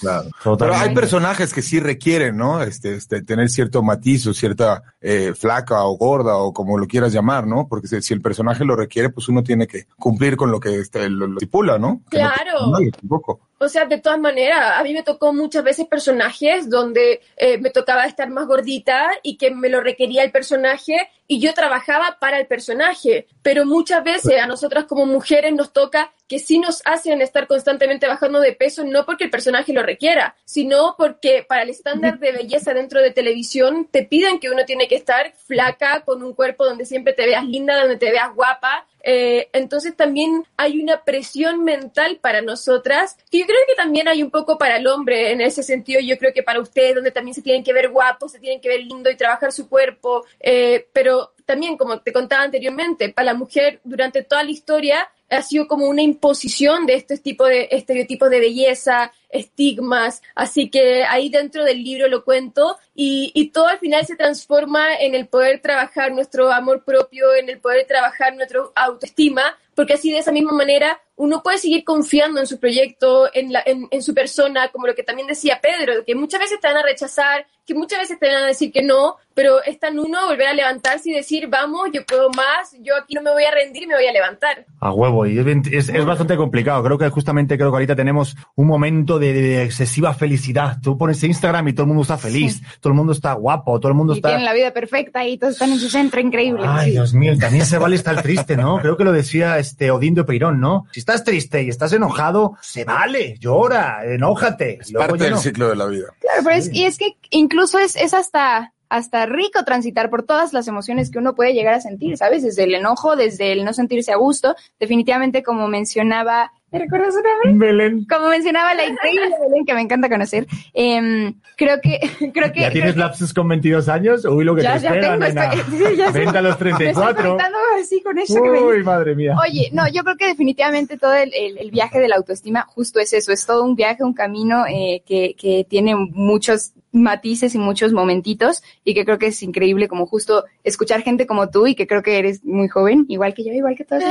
Speaker 10: Claro. Pero hay personajes que sí requieren, ¿no? Este, este, tener cierto matiz o cierta eh, flaca o gorda o como lo quieras llamar, ¿no? Porque si, si el personaje lo requiere, pues uno tiene que cumplir con lo que este, lo, lo estipula, ¿no? Que no te-
Speaker 12: Claro.
Speaker 10: nadie tampoco.
Speaker 12: O sea, de todas maneras, a mí me tocó muchas veces personajes donde eh, me tocaba estar más gordita y que me lo requería el personaje y yo trabajaba para el personaje. Pero muchas veces a nosotras como mujeres nos toca que sí nos hacen estar constantemente bajando de peso, no porque el personaje lo requiera, sino porque para el estándar de belleza dentro de televisión te piden que uno tiene que estar flaca, con un cuerpo donde siempre te veas linda, donde te veas guapa, eh, entonces también hay una presión mental para nosotras, que yo creo que también hay un poco para el hombre en ese sentido, yo creo que para ustedes, donde también se tienen que ver guapos, se tienen que ver lindo y trabajar su cuerpo, eh, pero también, como te contaba anteriormente, para la mujer durante toda la historia ha sido como una imposición de este tipo de estereotipos de belleza, estigmas, así que ahí dentro del libro lo cuento y, y todo al final se transforma en el poder trabajar nuestro amor propio, en el poder trabajar nuestra autoestima, porque así de esa misma manera uno puede seguir confiando en su proyecto, en, la, en, en su persona, como lo que también decía Pedro, que muchas veces te van a rechazar, que muchas veces te van a decir que no, pero está en uno volver a levantarse y decir, vamos, yo puedo más, yo aquí no me voy a rendir, me voy a levantar.
Speaker 3: A huevo, y es, es, es bastante complicado. Creo que justamente, creo que ahorita tenemos un momento de, de excesiva felicidad. Tú pones Instagram y todo el mundo está feliz, sí. todo el mundo está guapo, todo el mundo
Speaker 4: y
Speaker 3: está...
Speaker 4: tienen la vida perfecta y todos están en su centro, increíble.
Speaker 3: Ay, sí. Dios mío, también se vale
Speaker 4: (laughs)
Speaker 3: estar triste, ¿no? Creo que lo decía este Odín de Peirón, ¿no? Si estás triste y estás enojado, se vale, llora, enójate.
Speaker 10: Es Luego, parte del no. ciclo de la vida.
Speaker 4: Claro, pero sí. es, y es que incluso es, es hasta hasta rico transitar por todas las emociones que uno puede llegar a sentir, ¿sabes? Desde el enojo, desde el no sentirse a gusto, definitivamente como mencionaba ¿Me recuerdas una vez?
Speaker 3: Belén.
Speaker 4: Como mencionaba la increíble Belén, que me encanta conocer. Eh, creo que, creo que.
Speaker 3: ¿Ya tienes
Speaker 4: que,
Speaker 3: lapsus con 22 años? Uy, lo que
Speaker 4: ya,
Speaker 3: te espera,
Speaker 4: ya tengo,
Speaker 3: nena.
Speaker 4: Estoy, (laughs) sí, ya
Speaker 3: Venta a los 34.
Speaker 4: Me estoy así con
Speaker 3: Uy,
Speaker 4: eso que me
Speaker 3: madre mía.
Speaker 4: (laughs) Oye, no, yo creo que definitivamente todo el, el, el, viaje de la autoestima justo es eso. Es todo un viaje, un camino eh, que, que tiene muchos matices y muchos momentitos y que creo que es increíble como justo escuchar gente como tú y que creo que eres muy joven, igual que yo, igual que todos.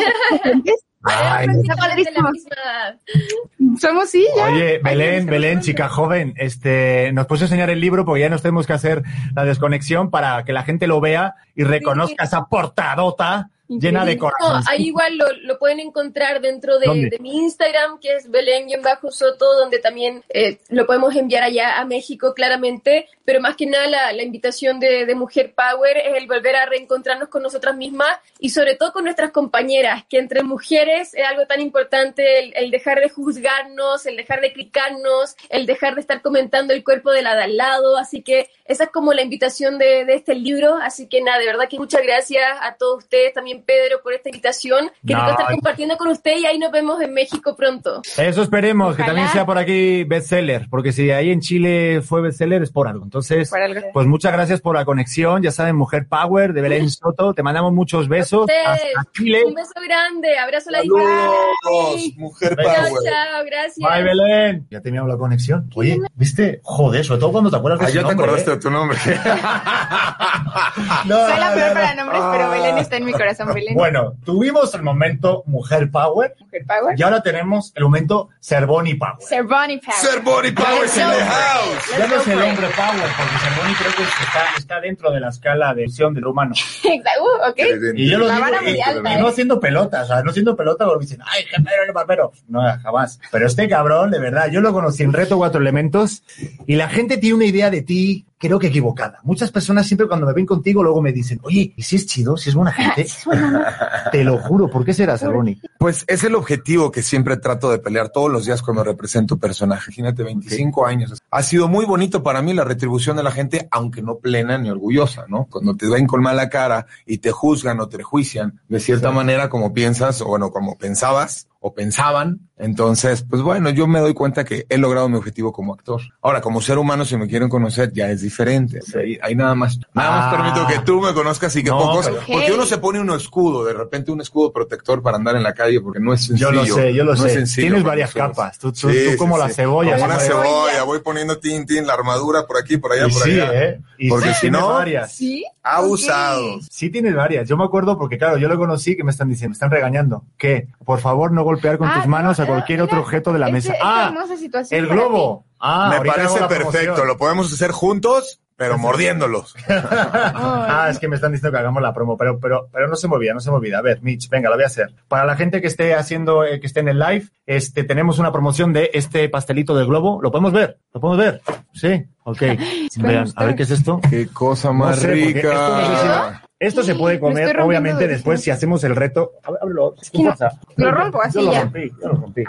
Speaker 12: Ay,
Speaker 4: Somos sí, ya.
Speaker 3: Oye, Belén, Belén, chica joven, este, nos puedes enseñar el libro porque ya nos tenemos que hacer la desconexión para que la gente lo vea y reconozca sí. esa portadota llena de corazón.
Speaker 12: No, ahí igual lo, lo pueden encontrar dentro de, de, mi Instagram, que es Belén-Soto, donde también eh, lo podemos enviar allá a México, claramente. Pero más que nada, la, la invitación de, de, Mujer Power es el volver a reencontrarnos con nosotras mismas y sobre todo con nuestras compañeras, que entre mujeres es algo tan importante el, el dejar de juzgarnos, el dejar de criticarnos, el dejar de estar comentando el cuerpo de la de al lado. Así que esa es como la invitación de, de este libro. Así que nada, de verdad que muchas gracias a todos ustedes también Pedro, por esta invitación que no. estar compartiendo con usted y ahí nos vemos en México pronto.
Speaker 3: Eso esperemos, Ojalá. que también sea por aquí bestseller, porque si ahí en Chile fue bestseller es por algo. Entonces, por algo. pues muchas gracias por la conexión, ya saben, Mujer Power de Belén Soto, te mandamos muchos besos. Hasta Chile.
Speaker 12: Un beso grande, abrazo a la
Speaker 10: Saludos, Mujer Power.
Speaker 12: Chao, chao, gracias.
Speaker 3: Bye, Belén. Ya terminamos la conexión. Oye, ¿viste? Joder, sobre todo cuando te acuerdas de
Speaker 10: Ay,
Speaker 3: su
Speaker 10: ya
Speaker 3: nombre,
Speaker 10: te acordaste eh. de tu (laughs) nombre.
Speaker 4: no, Soy la peor no, para nombres, pero Belén está en mi corazón.
Speaker 3: ah, (laughs) Bueno, tuvimos el momento Mujer Power.
Speaker 4: Mujer Power.
Speaker 3: Y ahora tenemos el momento Cervoni Power.
Speaker 4: Cervoni Power.
Speaker 10: Cervoni Power in the house.
Speaker 3: Ya pues. no es el hombre Power, porque Cervoni creo que está, está dentro de la escala de visión del humano.
Speaker 4: (laughs) Exacto, uh,
Speaker 3: Eh,
Speaker 4: ok.
Speaker 3: Y yo lo digo, y, y, alta, y eh. no haciendo pelotas, o sea, no haciendo pelota porque dicen, ay, qué el barbero. No, jamás. Pero este cabrón, de verdad, yo lo conocí en Reto Cuatro Elementos y la gente tiene una idea de ti creo que equivocada. Muchas personas siempre cuando me ven contigo luego me dicen, oye, ¿y si es chido? ¿Si es (laughs) buena gente? Te lo juro, ¿por qué será, Cervoni?
Speaker 10: Pues es el objetivo que siempre trato de pelear todos los días cuando represento personaje. Imagínate, 25 okay. años. Ha sido muy bonito para mí la retribución de la gente, aunque no plena ni orgullosa, ¿no? Cuando te ven con mala cara y te juzgan o te juician de cierta sí. manera como piensas, o bueno, como pensabas, o pensaban. Entonces, pues bueno, yo me doy cuenta que he logrado mi objetivo como actor. Ahora, como ser humano, si me quieren conocer, ya es diferente. O sea, hay nada más. Nada ah, más permito que tú me conozcas y que no, pocos. Pero, okay. Porque uno se pone un escudo, de repente un escudo protector para andar en la calle, porque no es sencillo.
Speaker 3: Yo lo sé, yo lo
Speaker 10: no
Speaker 3: sé.
Speaker 10: Es sencillo,
Speaker 3: Tienes varias nosotros. capas. Tú, tú, sí, tú como sí, la cebolla.
Speaker 10: Como una cebolla, voy poniendo tin, tin, la armadura por aquí, por allá,
Speaker 3: y
Speaker 10: por
Speaker 3: sí,
Speaker 10: allá.
Speaker 3: ¿eh? Y
Speaker 10: porque si no.
Speaker 3: Varias.
Speaker 4: Sí.
Speaker 10: Abusados.
Speaker 3: Sí, tienes varias. Yo me acuerdo porque, claro, yo lo conocí que me están diciendo, me están regañando. ¿Qué? Por favor, no golpear con
Speaker 4: Ah,
Speaker 3: tus manos
Speaker 4: no,
Speaker 3: a cualquier
Speaker 4: mira,
Speaker 3: otro objeto de la
Speaker 4: este-
Speaker 3: mesa.
Speaker 4: esta
Speaker 3: ah,
Speaker 4: hermosa situación
Speaker 3: el
Speaker 4: para ti.
Speaker 3: globo. Ah,
Speaker 10: me
Speaker 3: ahorita
Speaker 10: parece
Speaker 3: hago la
Speaker 10: perfecto.
Speaker 3: promoción.
Speaker 10: Lo podemos hacer juntos, pero mordiéndolos.
Speaker 3: (laughs) Ah, es que me están diciendo que hagamos la promo, pero, pero, pero no se me olvida, no se me olvida. A ver, Mitch, venga, la voy a hacer. Para la gente que esté haciendo, eh, que esté en el live, este, tenemos una promoción de este pastelito del globo. ¿Lo podemos ver? ¿Lo podemos ver? Sí,
Speaker 4: (laughs)
Speaker 3: ok. Vean, a ver qué es esto.
Speaker 10: (laughs) Qué cosa
Speaker 3: No
Speaker 10: más
Speaker 3: sé, porque
Speaker 10: rica.
Speaker 3: Esto, no sé si- esto se
Speaker 4: Sí,
Speaker 3: puede
Speaker 4: lo estoy
Speaker 3: comer,
Speaker 4: rompiendo
Speaker 3: obviamente,
Speaker 4: de
Speaker 3: después si hacemos el reto. A ver, ábrelo.
Speaker 4: que no,
Speaker 3: pasa?
Speaker 4: lo rompo así
Speaker 3: Yo lo
Speaker 4: ya.
Speaker 3: rompí, yo lo rompí.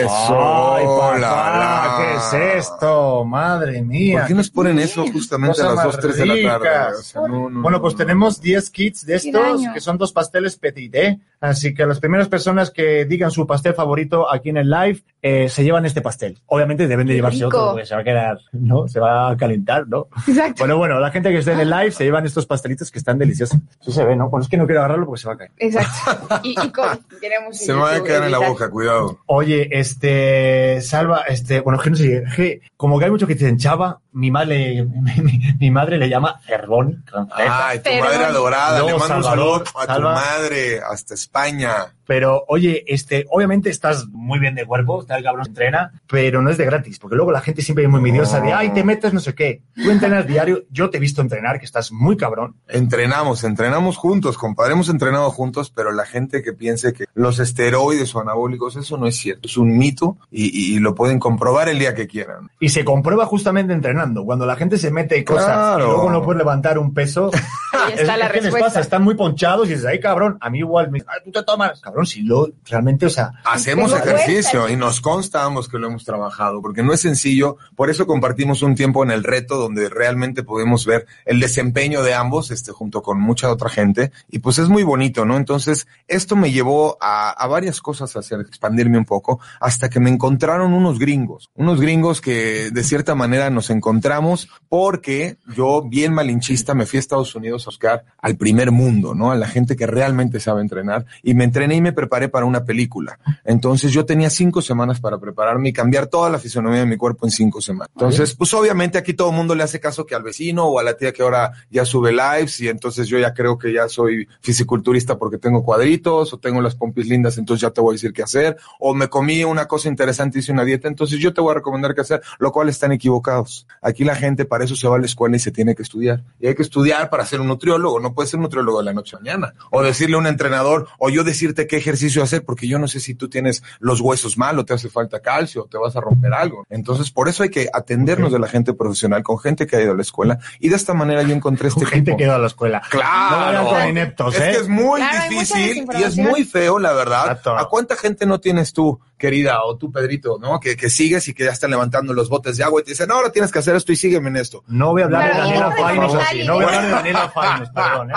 Speaker 10: Eso.
Speaker 3: Ay, papá,
Speaker 10: la, la.
Speaker 3: ¿qué es esto? Madre mía.
Speaker 10: ¿Por qué nos ponen eso justamente
Speaker 3: Cosa
Speaker 10: a las
Speaker 3: más
Speaker 10: 2, 3 de la tarde?
Speaker 3: ricas.
Speaker 10: O sea, no, no,
Speaker 3: Bueno, pues
Speaker 10: no, no.
Speaker 3: tenemos 10 kits de
Speaker 4: Qué
Speaker 3: estos,
Speaker 4: daño.
Speaker 3: que son dos pasteles petit, ¿eh? Así que las primeras personas que digan su pastel favorito aquí en el live, eh, se llevan este pastel. Obviamente deben de llevarse
Speaker 4: rico.
Speaker 3: otro, porque se va a quedar, ¿no? Se va a calentar, ¿no?
Speaker 4: Exacto.
Speaker 3: Bueno, bueno, la gente que esté en el live se llevan estos pastelitos que están deliciosos. Eso se ve, ¿no? Bueno, es que no quiero agarrarlo porque se va a caer.
Speaker 10: (laughs)
Speaker 4: Exacto. Y y, y con. Queremos
Speaker 10: Se me va a quedar en la boca, cuidado.
Speaker 3: Oye, este, Salva, este, bueno, es que no sé, es que como que hay muchos que dicen Chava, mi madre, (laughs) mi, mi, mi madre le llama Cerrón.
Speaker 10: Ay, tu madre adorada,
Speaker 3: No,
Speaker 10: le mando un saludo
Speaker 3: Salvador,
Speaker 10: a tu
Speaker 3: Salva.
Speaker 10: madre, hasta España.
Speaker 3: Pero, oye, este, obviamente estás muy bien de cuerpo, tal cabrón entrena, pero no es de gratis, porque luego la gente siempre es muy envidiosa de, ay, te metes no sé qué. Tú entrenas diario, yo te he visto entrenar, que estás muy cabrón.
Speaker 10: Entrenamos, entrenamos juntos, compadre, hemos entrenado juntos, pero la gente que piense que los esteroides o anabólicos, eso no es cierto, es un mito y, y- y lo pueden comprobar el día que quieran.
Speaker 3: Y se comprueba justamente entrenando. Cuando la gente se mete cosas
Speaker 10: Claro.
Speaker 3: y luego no puede levantar un peso,
Speaker 4: (laughs) Ahí está la
Speaker 3: ¿qué les
Speaker 4: respuesta.
Speaker 3: pasa? Están muy ponchados y dices, ay, cabrón, a mí igual, me, "Ay, tú te tomas. Cabrón, si lo realmente, o sea,
Speaker 10: Hacemos
Speaker 4: Tengo
Speaker 10: ejercicio
Speaker 4: cuenta.
Speaker 10: y nos constamos que lo hemos trabajado, porque no es sencillo. Por eso compartimos un tiempo en el reto donde realmente podemos ver el desempeño de ambos, este, junto con mucha otra gente. Y pues es muy bonito, ¿no? Entonces, esto me llevó a, a varias cosas, hacia expandirme un poco, hasta que me encontraron unos gringos. Unos gringos que de cierta manera nos encontramos porque yo, bien malinchista, me fui a Estados Unidos a buscar al primer mundo, ¿no? A la gente que realmente sabe entrenar. Y me entrené y me preparé para una película. Entonces yo tenía cinco semanas para prepararme y cambiar toda la fisonomía de mi cuerpo en cinco semanas. Entonces, pues obviamente aquí todo el mundo le hace caso que al vecino o a la tía que ahora ya sube lives y entonces yo ya creo que ya soy fisiculturista porque tengo cuadritos o tengo las pompis lindas, entonces ya te voy a decir qué hacer. O me comí una cosa interesante, hice una dieta, entonces yo te voy a recomendar qué hacer, lo cual están equivocados. Aquí la gente para eso se va a la escuela y se tiene que estudiar. Y hay que estudiar para ser un nutriólogo, no puede ser un nutriólogo de la noche a la mañana. O decirle a un entrenador, o yo decirte qué ejercicio hacer, porque yo no sé si tú tienes los huesos mal o te hace falta calcio, o te vas a romper algo. Entonces, por eso hay que atendernos de la gente profesional, con gente que ha ido a la escuela. Y de esta manera yo encontré este
Speaker 3: gente
Speaker 10: equipo.
Speaker 3: que ha ido a la escuela. No vayan
Speaker 10: Claro.
Speaker 3: con ineptos,
Speaker 10: es
Speaker 3: ¿eh?
Speaker 10: que es muy
Speaker 4: Claro, hay mucha
Speaker 10: difícil y es
Speaker 4: desinformación.
Speaker 10: muy feo, la verdad.
Speaker 3: Exacto.
Speaker 10: ¿A cuánta gente no tienes tú, querida, o tú, Pedrito, no? Que, que sigues y que ya están levantando los botes de agua y te dicen, no, ahora tienes que hacer esto y sígueme en esto.
Speaker 3: No voy a hablar
Speaker 4: Pero
Speaker 3: de Daniela
Speaker 4: siempre
Speaker 3: Fainos
Speaker 4: somos
Speaker 3: así. No voy a hablar de Daniela Fainos, perdón,
Speaker 10: (laughs)
Speaker 3: ¿eh?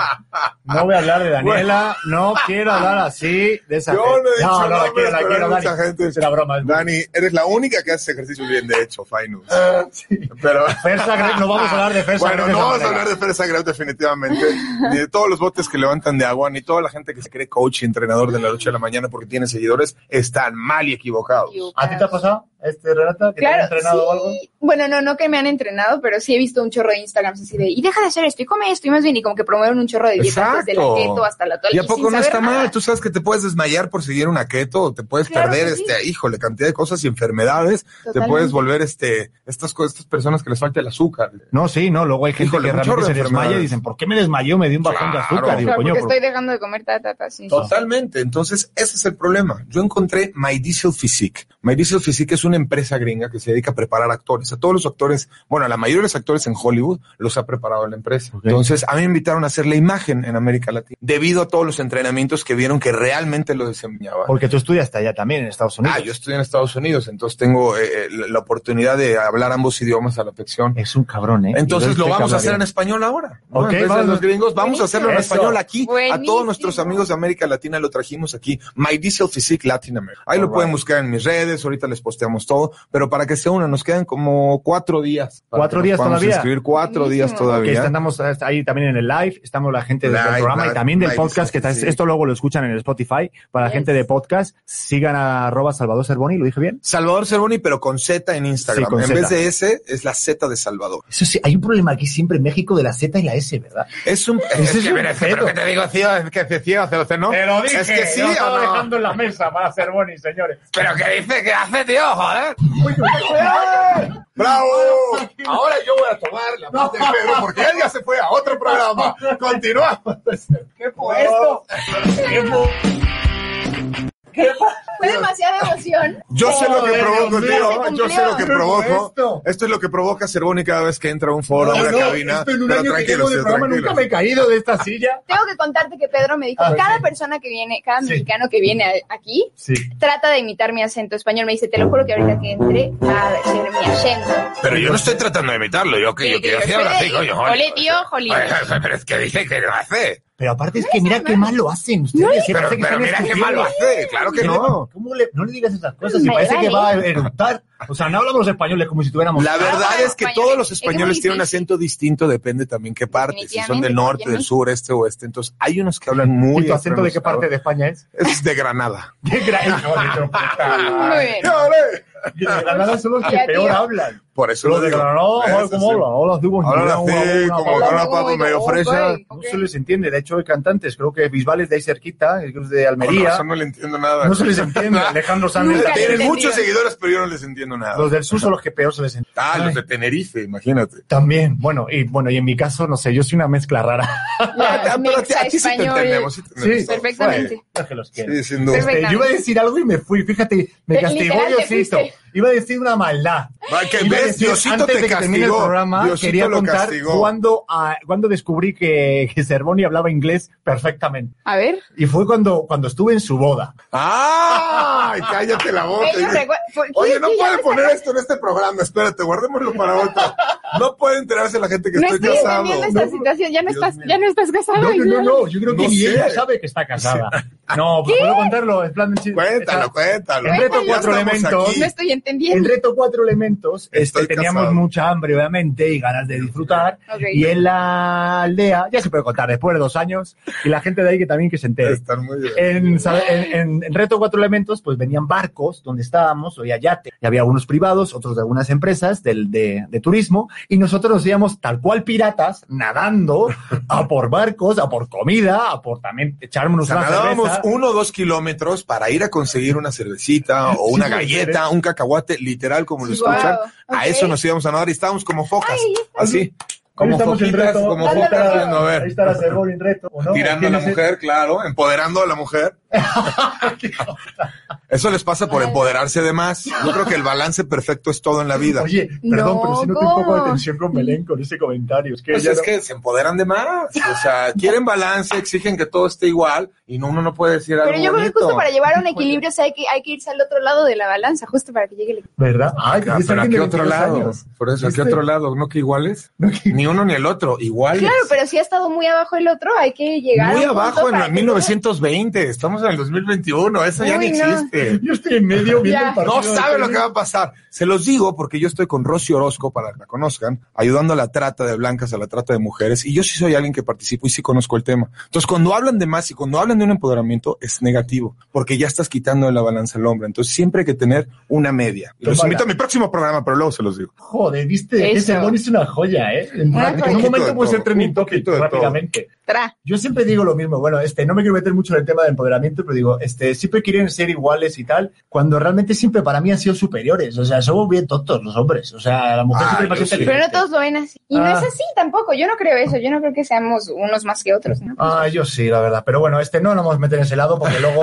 Speaker 3: No voy a hablar de Daniela. No quiero hablar así de esa
Speaker 10: Yo
Speaker 3: gente.
Speaker 10: no he dicho
Speaker 3: no, la
Speaker 10: nombres,
Speaker 3: quiero, la
Speaker 10: pero
Speaker 3: quiero,
Speaker 10: hay mucha
Speaker 3: Dani.
Speaker 10: gente.
Speaker 3: Es una broma. es broma.
Speaker 10: Dani, eres la única que hace ejercicio bien de hecho, Fainus. Pero...
Speaker 3: Fersa Gref, no vamos a hablar de Fersa
Speaker 10: Bueno,
Speaker 3: Gref de
Speaker 10: no
Speaker 3: esa
Speaker 10: vamos a
Speaker 3: manera.
Speaker 10: hablar de Fersa Gref definitivamente, ni de todos los botes que levantan de agua, ni toda la gente que se cree coach y entrenador de la noche a la mañana porque tiene seguidores, están mal y equivocados.
Speaker 3: ¿A ti te ha pasado, este, Renata? ¿Que
Speaker 4: Claro,
Speaker 3: te han entrenado o algo?
Speaker 4: sí. Bueno, no, no que me han entrenado, pero sí he visto un chorro de Instagrams así de, y deja de hacer esto, y come esto, y más bien, y como que promueven un chorro de dietas desde la
Speaker 10: Exacto.
Speaker 4: keto hasta la actual.
Speaker 10: ¿Y a poco
Speaker 4: sin
Speaker 10: no
Speaker 4: saber
Speaker 10: está
Speaker 4: nada.
Speaker 10: mal? Tú sabes que te puedes desmayar por seguir una keto, o te puedes
Speaker 4: Claro
Speaker 10: perder,
Speaker 4: que sí.
Speaker 10: este, híjole, cantidad de cosas y enfermedades, te
Speaker 4: Totalmente.
Speaker 10: puedes volver, este, estas, co- estas personas que les falta el azúcar.
Speaker 3: No, sí, no. Luego hay gente
Speaker 10: Híjole,
Speaker 3: que
Speaker 10: un
Speaker 3: realmente
Speaker 10: chorro
Speaker 3: se
Speaker 10: de
Speaker 3: desmaya y
Speaker 10: enfermedades.
Speaker 3: dicen, ¿por qué me desmayó? Me dio un bajón de
Speaker 10: Claro.
Speaker 3: azúcar. Digo,
Speaker 4: Claro,
Speaker 3: coño,
Speaker 4: porque
Speaker 3: por-
Speaker 4: estoy dejando de comer ta, ta, ta, sí.
Speaker 10: Totalmente. Entonces, ese es el problema. Yo encontré My Diesel Physique. My Diesel Physique es una empresa gringa que se dedica a preparar actores. A todos los actores, bueno, a la mayoría de los actores en Hollywood los ha preparado la empresa. Entonces, a mí me invitaron a hacer la imagen en América Latina debido a todos los entrenamientos que vieron que realmente lo desempeñaba.
Speaker 3: porque tú estudiaste allá también, en Estados Unidos.
Speaker 10: Ah, yo estoy en Estados Unidos, entonces tengo eh, eh, la la oportunidad de hablar ambos idiomas a la perfección.
Speaker 3: Es un cabrón, ¿eh?
Speaker 10: Entonces
Speaker 3: Yo
Speaker 10: lo
Speaker 3: este
Speaker 10: vamos a hacer en
Speaker 3: cabrón.
Speaker 10: español ahora. ¿no?
Speaker 3: Ok,
Speaker 10: En vez de
Speaker 3: vamos.
Speaker 10: los gringos, vamos a hacerlo en
Speaker 3: Eso.
Speaker 10: español aquí. A
Speaker 4: Buenísimo.
Speaker 10: todos nuestros amigos de América Latina lo trajimos aquí. My Diesel Physique Latin America. Ahí lo
Speaker 3: Alright.
Speaker 10: pueden buscar en mis redes, ahorita les posteamos todo, pero para que se unan, nos quedan como cuatro días. para
Speaker 3: ¿Cuatro
Speaker 10: que nos
Speaker 3: días
Speaker 10: podamos
Speaker 3: todavía?
Speaker 10: inscribir. cuatro
Speaker 4: Buenísimo.
Speaker 10: días
Speaker 3: Que
Speaker 10: todavía.
Speaker 3: estamos eh, ahí también en el live, estamos la gente del
Speaker 10: Live,
Speaker 3: programa
Speaker 10: live,
Speaker 3: y también del
Speaker 10: live,
Speaker 3: podcast, que está-
Speaker 10: sí.
Speaker 3: esto luego lo escuchan en el Spotify. Para la
Speaker 4: Yes.
Speaker 3: gente de podcast, sigan a arroba Salvador Cervoni, ¿lo dije bien?
Speaker 10: Salvador Cervoni, pero con Z en Instagram.
Speaker 3: Sí, con
Speaker 10: en
Speaker 3: Z.
Speaker 10: vez de S, es la Z de Salvador.
Speaker 3: Eso sí, hay un problema aquí siempre en México de la Z y la S, ¿verdad?
Speaker 10: Es un...
Speaker 3: Ese es un
Speaker 10: mira, es
Speaker 3: pedo.
Speaker 10: pero te digo, tío, es que es ciego, hacerlo, ¿no? Es que sí,
Speaker 3: lo
Speaker 10: ¿o
Speaker 3: estaba
Speaker 10: no?
Speaker 3: en la mesa para Cervoni, señores.
Speaker 10: ¿Pero qué dice? ¿Qué hace, tío? Joder.
Speaker 3: ¿eh?
Speaker 10: ¡Bravo! Ahora yo voy a tomar la parte de Pedro porque él ya se fue a otro programa. Continuamos. ¿Qué fue esto?
Speaker 4: Fue demasiada emoción.
Speaker 10: Yo sé lo que
Speaker 3: Joder,
Speaker 10: provoco,
Speaker 3: Dios mío,
Speaker 10: tío. Yo sé lo que
Speaker 3: ¿qué fue
Speaker 10: provoco.
Speaker 3: esto?
Speaker 10: Esto es lo que provoca Cervoni cada vez que entra a un foro, a una cabina.
Speaker 3: esto en un
Speaker 10: Pero
Speaker 3: año que
Speaker 10: tranquilo,
Speaker 3: llevo de
Speaker 10: tío,
Speaker 3: programa nunca me he
Speaker 10: tranquilo.
Speaker 3: caído de esta silla.
Speaker 4: Tengo que contarte que Pedro me dijo,
Speaker 3: A ver,
Speaker 4: cada
Speaker 3: sí.
Speaker 4: persona que viene, cada
Speaker 3: Sí.
Speaker 4: mexicano que viene a- aquí,
Speaker 3: Sí.
Speaker 4: trata de imitar mi acento español. Me dice, te lo juro que ahorita que entre va a ser mi acento.
Speaker 16: Pero yo no estoy tratando de imitarlo, yo que yo quiero decir ahora sí, coño. joder.
Speaker 4: Jolé, tío,
Speaker 16: Oye,
Speaker 4: jolín.
Speaker 16: (laughs) Pero es que dice que no hace.
Speaker 3: Pero aparte es que mira qué mal lo hacen ustedes. se
Speaker 16: Pero,
Speaker 3: parece que
Speaker 16: pero
Speaker 3: están
Speaker 16: mira qué
Speaker 3: escupiendo.
Speaker 16: mal lo hace, claro que
Speaker 3: ¿Qué le-
Speaker 16: no.
Speaker 3: ¿Cómo le- no le digas esas cosas? Si
Speaker 4: Me
Speaker 3: parece que
Speaker 4: vale.
Speaker 3: va a eructar. O sea, no hablamos españoles como si tuviéramos.
Speaker 10: La verdad ah, es que españoles. todos los españoles es tienen un acento distinto, depende también qué parte, si son del norte, del sur, este oeste. Entonces, hay unos que hablan muy.
Speaker 3: ¿Y tu acento de qué parte de España
Speaker 10: (laughs)
Speaker 3: es?
Speaker 10: Es de Granada.
Speaker 3: De Granada. muy bien. Y de Granada son los que peor hablan.
Speaker 10: Por eso
Speaker 3: los de Granada, ¿cómo hablan? Hablan de
Speaker 10: Hablan así, como Pues una papa medio fresa.
Speaker 3: No se les entiende. De hecho, hay cantantes, creo que Bisbal es de ahí cerquita, es de Almería.
Speaker 10: Eso no le entiendo nada.
Speaker 3: No se les entiende. Alejandro Sanz.
Speaker 10: Tienen muchos seguidores, pero yo no les entiendo. Nada.
Speaker 3: Los del sur son los que peor se les entiende.
Speaker 10: Ah, los de Tenerife, imagínate.
Speaker 3: También, bueno, y bueno, y en mi caso, no sé, yo soy una mezcla rara.
Speaker 4: Ah,
Speaker 10: La, Ah, pero te, aquí sí te entendemos. Sí,
Speaker 3: te sí perfectamente. Bueno, sí, sin duda. Perfectamente. Eh, yo iba a decir algo y me fui, fíjate, me castigó Diosito. Iba a decir una maldad.
Speaker 10: Que ves, Diosito
Speaker 3: antes
Speaker 10: te
Speaker 3: de que termine el programa,
Speaker 10: Diosito
Speaker 3: quería contar cuando, ah, cuando descubrí que, que Cervoni hablaba inglés perfectamente.
Speaker 4: A ver.
Speaker 3: Y fue cuando, cuando estuve en su boda.
Speaker 10: ¡Ay! Cállate la boca. Oye, no puede poner esto en este programa. Espérate, guardémoslo para otra. No puede enterarse la gente que
Speaker 4: no
Speaker 10: estoy, estoy casado.
Speaker 4: Esta no, situación. Ya no, Dios estás, mío. ya no estás casado. No,
Speaker 3: no, no, no. Yo creo no que ni ella sabe que está casada. No, pues puedo contarlo. Es plan de
Speaker 10: Cuéntalo, cuéntalo.
Speaker 3: En reto cuatro elementos. Aquí.
Speaker 4: No estoy entendiendo.
Speaker 3: En reto cuatro elementos este, teníamos casado. mucha hambre, obviamente, y ganas de disfrutar. Okay. Y en la aldea, ya se puede contar después de dos años, y la gente de ahí que también que se entere.
Speaker 10: Muy bien.
Speaker 3: En, en, en, en reto cuatro elementos, pues venían barcos donde estábamos, oía yate. Y había algunos privados, otros de algunas empresas del, de, de, turismo, y nosotros nos íbamos tal cual piratas, nadando a por barcos, a por comida, a por también echarnos o sea, una
Speaker 10: nadábamos uno o dos kilómetros para ir a conseguir una cervecita o una sí, galleta, eres. un cacahuate, literal como lo escuchan. Wow, okay. A eso nos íbamos a nadar y estábamos como focas, Ay, así.
Speaker 3: Como estamos foquitas, en reto.
Speaker 10: Como focas viendo, a ver.
Speaker 3: Ahí está la cebolla en reto. ¿o no?
Speaker 10: Tirando a la mujer, el... claro, empoderando a la mujer.
Speaker 3: (laughs)
Speaker 10: Eso les pasa por empoderarse de más. Yo creo que el balance perfecto es todo en la vida.
Speaker 3: Oye, perdón, no, pero si no tengo un poco de tensión con Belén con ese comentario. Es que,
Speaker 10: pues es no... que se empoderan de más. O sea, quieren balance, exigen que todo esté igual y uno no puede decir algo.
Speaker 4: Pero yo creo
Speaker 10: que
Speaker 4: justo para llevar un equilibrio o sea, hay, que, hay que irse al otro lado de la balanza, justo para que llegue el equilibrio.
Speaker 3: ¿Verdad?
Speaker 10: Ay, ah, pero ¿a qué otro lado? Años. Este Por eso, ¿a qué otro lado? ¿No que iguales? No, que... Ni uno ni el otro, iguales.
Speaker 4: Claro, pero si ha estado muy abajo el otro, hay que llegar.
Speaker 10: Muy abajo en 1920, que... estamos en el 2021, eso Uy, ya no existe.
Speaker 3: (laughs) Yo estoy en medio viendo el
Speaker 10: partido. No sabe lo que va a pasar. Se los digo porque yo estoy con Rosy Orozco, para que la conozcan, ayudando a la trata de blancas, a la trata de mujeres, y yo sí soy alguien que participo y sí conozco el tema. Entonces, cuando hablan de más y cuando hablan de un empoderamiento, es negativo, porque ya estás quitando de la balanza el hombre. Entonces, siempre hay que tener una media. Y los invito a mi próximo programa, pero luego se los digo.
Speaker 3: Joder, viste, Eso. ese bono es una joya, ¿eh? En, un, un momento puede ser trending topic rápidamente.
Speaker 4: Tra.
Speaker 3: Yo siempre digo lo mismo. Bueno, este, no me quiero meter mucho en el tema de empoderamiento, pero digo, este, siempre quieren ser iguales y tal, cuando realmente siempre para mí han sido superiores. O sea, somos bien tontos los hombres. O sea, la mujer siempre
Speaker 4: más inteligente. Pero no todos lo ven así. Y ah. no es así tampoco. Yo no creo eso. Yo no creo que seamos unos más que otros. ¿no?
Speaker 3: Ah, yo sí, la verdad. Pero bueno, este no nos vamos a meter en ese lado porque (laughs) luego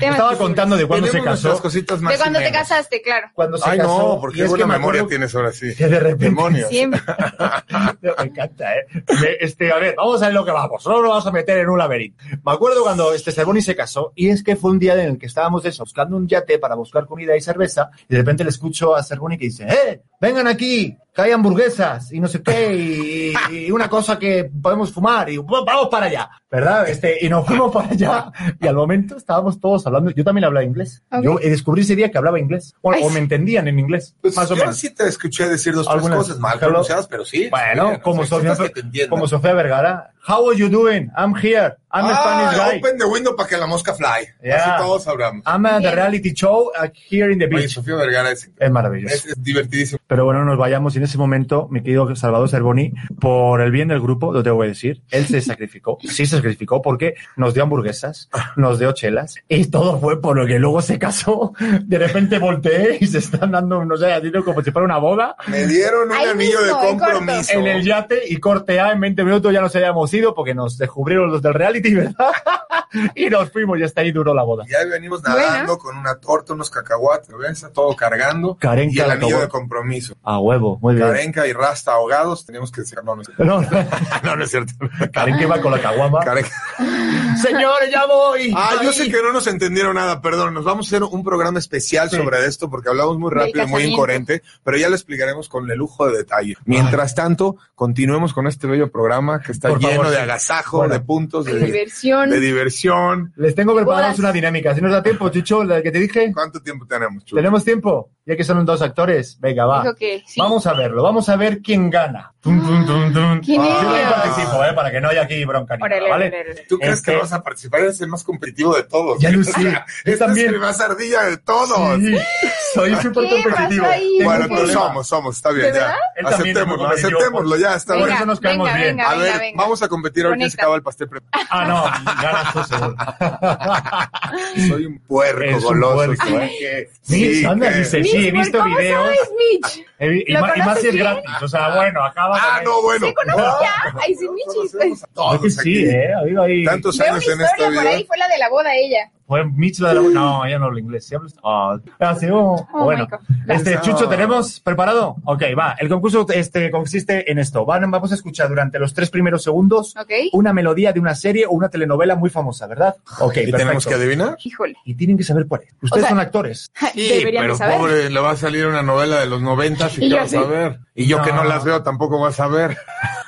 Speaker 3: estaba contando de cuando se casó.
Speaker 10: Cositas más
Speaker 4: de cuando te casaste, claro.
Speaker 3: Cuando se
Speaker 10: Ay,
Speaker 3: casó.
Speaker 10: no, porque y es buena que memoria tienes ahora sí.
Speaker 3: Que de repente.
Speaker 10: Demonios. (laughs)
Speaker 4: Siempre.
Speaker 3: (laughs) me encanta, ¿eh? Este, a ver, vamos a ver lo que vamos. No nos vamos a meter en un laberinto. Me acuerdo cuando este Cervoni se casó y es que fue un día en el que estábamos eso, buscando un yate para buscar comida y cerveza, y de repente le escucho a Cervoni que dice, ¡eh! ¡Vengan aquí! Que hay hamburguesas y no sé qué, y, y una cosa que podemos fumar, y vamos para allá, ¿verdad? Este, y nos fuimos para allá, y al momento estábamos todos hablando, yo también hablaba inglés. Okay. Yo eh, descubrí ese día que hablaba inglés, o, o me entendían en inglés,
Speaker 10: pues
Speaker 3: más o
Speaker 10: yo
Speaker 3: menos.
Speaker 10: sí te escuché decir dos Algunas, cosas mal pronunciadas, pero sí.
Speaker 3: Bueno, bien, como, Sofía, como Sofía Vergara, How are you doing? I'm here. I'm a Spanish guy.
Speaker 10: Ah,
Speaker 3: Ah,
Speaker 10: Open the window para que la mosca fly. Yeah. Así todos hablamos.
Speaker 3: I'm at the reality show here in the beach.
Speaker 10: Oye, Sofía Vergara es,
Speaker 3: es maravilloso.
Speaker 10: Es, es, divertidísimo.
Speaker 3: Pero bueno, nos vayamos y en ese momento, mi querido Salvador Cervoni, por el bien del grupo, lo tengo que decir, él se sacrificó. sí se sacrificó porque nos dio hamburguesas, nos dio chelas y todo fue por lo que luego se casó. De repente volteé y se están dando, no sé, como si fuera una boda.
Speaker 10: Me dieron un Ahí anillo mismo, de compromiso.
Speaker 3: En el yate y corte A en 20 minutos ya nos habíamos porque nos descubrieron los del reality, (laughs) ¿verdad? y nos fuimos y hasta ahí duró la boda.
Speaker 10: Y ahí venimos nadando bueno. con una torta, unos cacahuates, ¿ves? Todo cargando.
Speaker 3: Carenca
Speaker 10: y el anillo de compromiso.
Speaker 3: A huevo, muy bien. (laughs)
Speaker 10: Carenca y Rasta ahogados, tenemos que decir, no, no es cierto. No, (laughs) no, no es cierto.
Speaker 3: Carenca iba con la caguama.
Speaker 10: Carenca.
Speaker 3: Señores, ya voy.
Speaker 10: Ah, yo sé que no nos entendieron nada, perdón. Nos vamos a hacer un programa especial sí. sobre esto porque hablamos muy rápido, muy incoherente, pero ya lo explicaremos con el lujo de detalle. Mientras tanto, continuemos con este bello programa que está Por lleno favor, de agasajo, bueno. de puntos,
Speaker 4: de, de diversión.
Speaker 10: De diversión televisión.
Speaker 3: Les tengo preparadas una dinámica. Si nos da tiempo, Chucho, la que te dije.
Speaker 10: ¿Cuánto tiempo tenemos,
Speaker 3: Chucho? ¿Tenemos tiempo? Ya que son dos actores. Venga, va.
Speaker 10: Ah.
Speaker 4: Dijo que sí.
Speaker 3: Vamos a verlo. Vamos a ver quién gana. Tum, tum, tum, tum.
Speaker 4: ¿Quién
Speaker 3: Yo
Speaker 4: es?
Speaker 3: también participo, ¿eh? Para que no haya aquí bronca. ni
Speaker 4: Órale,
Speaker 3: nada, ¿vale?
Speaker 4: órale, órale.
Speaker 10: ¿Tú crees
Speaker 3: Este-
Speaker 10: que vas a participar? Eres el más competitivo de todos.
Speaker 3: Ya lo sé.
Speaker 10: (laughs) Yo también.
Speaker 3: también.
Speaker 10: Es el más ardilla de todos.
Speaker 3: Sí, soy súper
Speaker 4: ¿Qué
Speaker 3: competitivo.
Speaker 4: pasó ahí?
Speaker 3: Tengo
Speaker 10: Bueno,
Speaker 3: un
Speaker 10: pues
Speaker 3: problema.
Speaker 10: somos, somos, está
Speaker 4: ¿De
Speaker 10: bien, ya.
Speaker 4: verdad?
Speaker 3: Él también es muy
Speaker 10: Aceptémoslo,
Speaker 3: competitivo.
Speaker 10: aceptémoslo, ya, está
Speaker 3: Por
Speaker 10: bien.
Speaker 3: eso nos caemos
Speaker 4: venga,
Speaker 3: bien.
Speaker 4: venga,
Speaker 10: A ver,
Speaker 4: venga.
Speaker 10: vamos a competir ahora que se
Speaker 4: Conecta.
Speaker 10: acaba el pastel pre-
Speaker 3: Ah, no, ganas tú seguro.
Speaker 10: Soy un puerco
Speaker 3: Es un
Speaker 10: goloso.
Speaker 3: puerco,
Speaker 10: soy.
Speaker 3: ¿eh?
Speaker 10: Que-
Speaker 3: Mitch,
Speaker 10: sí,
Speaker 3: anda,
Speaker 10: que-
Speaker 3: dice, sí, he
Speaker 4: Mitch,
Speaker 3: visto
Speaker 4: ¿cómo
Speaker 3: videos.
Speaker 4: sabes, Mitch?
Speaker 3: he vi- y,
Speaker 4: ¿Lo
Speaker 3: ma- y más si es
Speaker 4: conoces bien?
Speaker 3: gratis. O sea, bueno, acaba
Speaker 10: Ah,
Speaker 3: de-
Speaker 10: no, bueno.
Speaker 4: ¿Sí conoces ya? Ay, sí, Michi.
Speaker 10: Conocemos a
Speaker 3: Creo que
Speaker 10: todos
Speaker 3: sí,
Speaker 10: aquí.
Speaker 3: ¿eh? Ha habido ahí.
Speaker 10: Tantos
Speaker 4: Veo una
Speaker 10: años en este esta
Speaker 4: historia por ahí,
Speaker 10: vida.
Speaker 4: fue la de la boda ella.
Speaker 3: Fue Mitch la de la... No, ya no hablo inglés. ¿Sí hablas? Ah, así, oh,
Speaker 4: Oh,
Speaker 3: bueno,
Speaker 4: my God.
Speaker 3: este,
Speaker 10: Eso.
Speaker 3: Chucho, ¿tenemos preparado? Ok, va. El concurso este, consiste en esto. Van- vamos a escuchar durante los tres primeros segundos
Speaker 4: Ok.
Speaker 10: Uh.
Speaker 3: una melodía de una serie o una telenovela muy famosa, ¿verdad? Ok,
Speaker 10: ¿Y
Speaker 3: perfecto.
Speaker 10: tenemos
Speaker 4: (laughs)
Speaker 10: que adivinar?
Speaker 4: Híjole.
Speaker 3: y tienen que saber cuál es. Ustedes
Speaker 4: sea,
Speaker 3: son actores.
Speaker 10: Sí,
Speaker 4: Deberían
Speaker 10: pero
Speaker 4: saber.
Speaker 10: pobre, le va a salir una novela de los noventas y,
Speaker 4: Y
Speaker 10: qué
Speaker 4: yo
Speaker 10: vas
Speaker 4: sí.
Speaker 10: a ver. Y yo que no
Speaker 3: No.
Speaker 10: las veo tampoco vas a ver.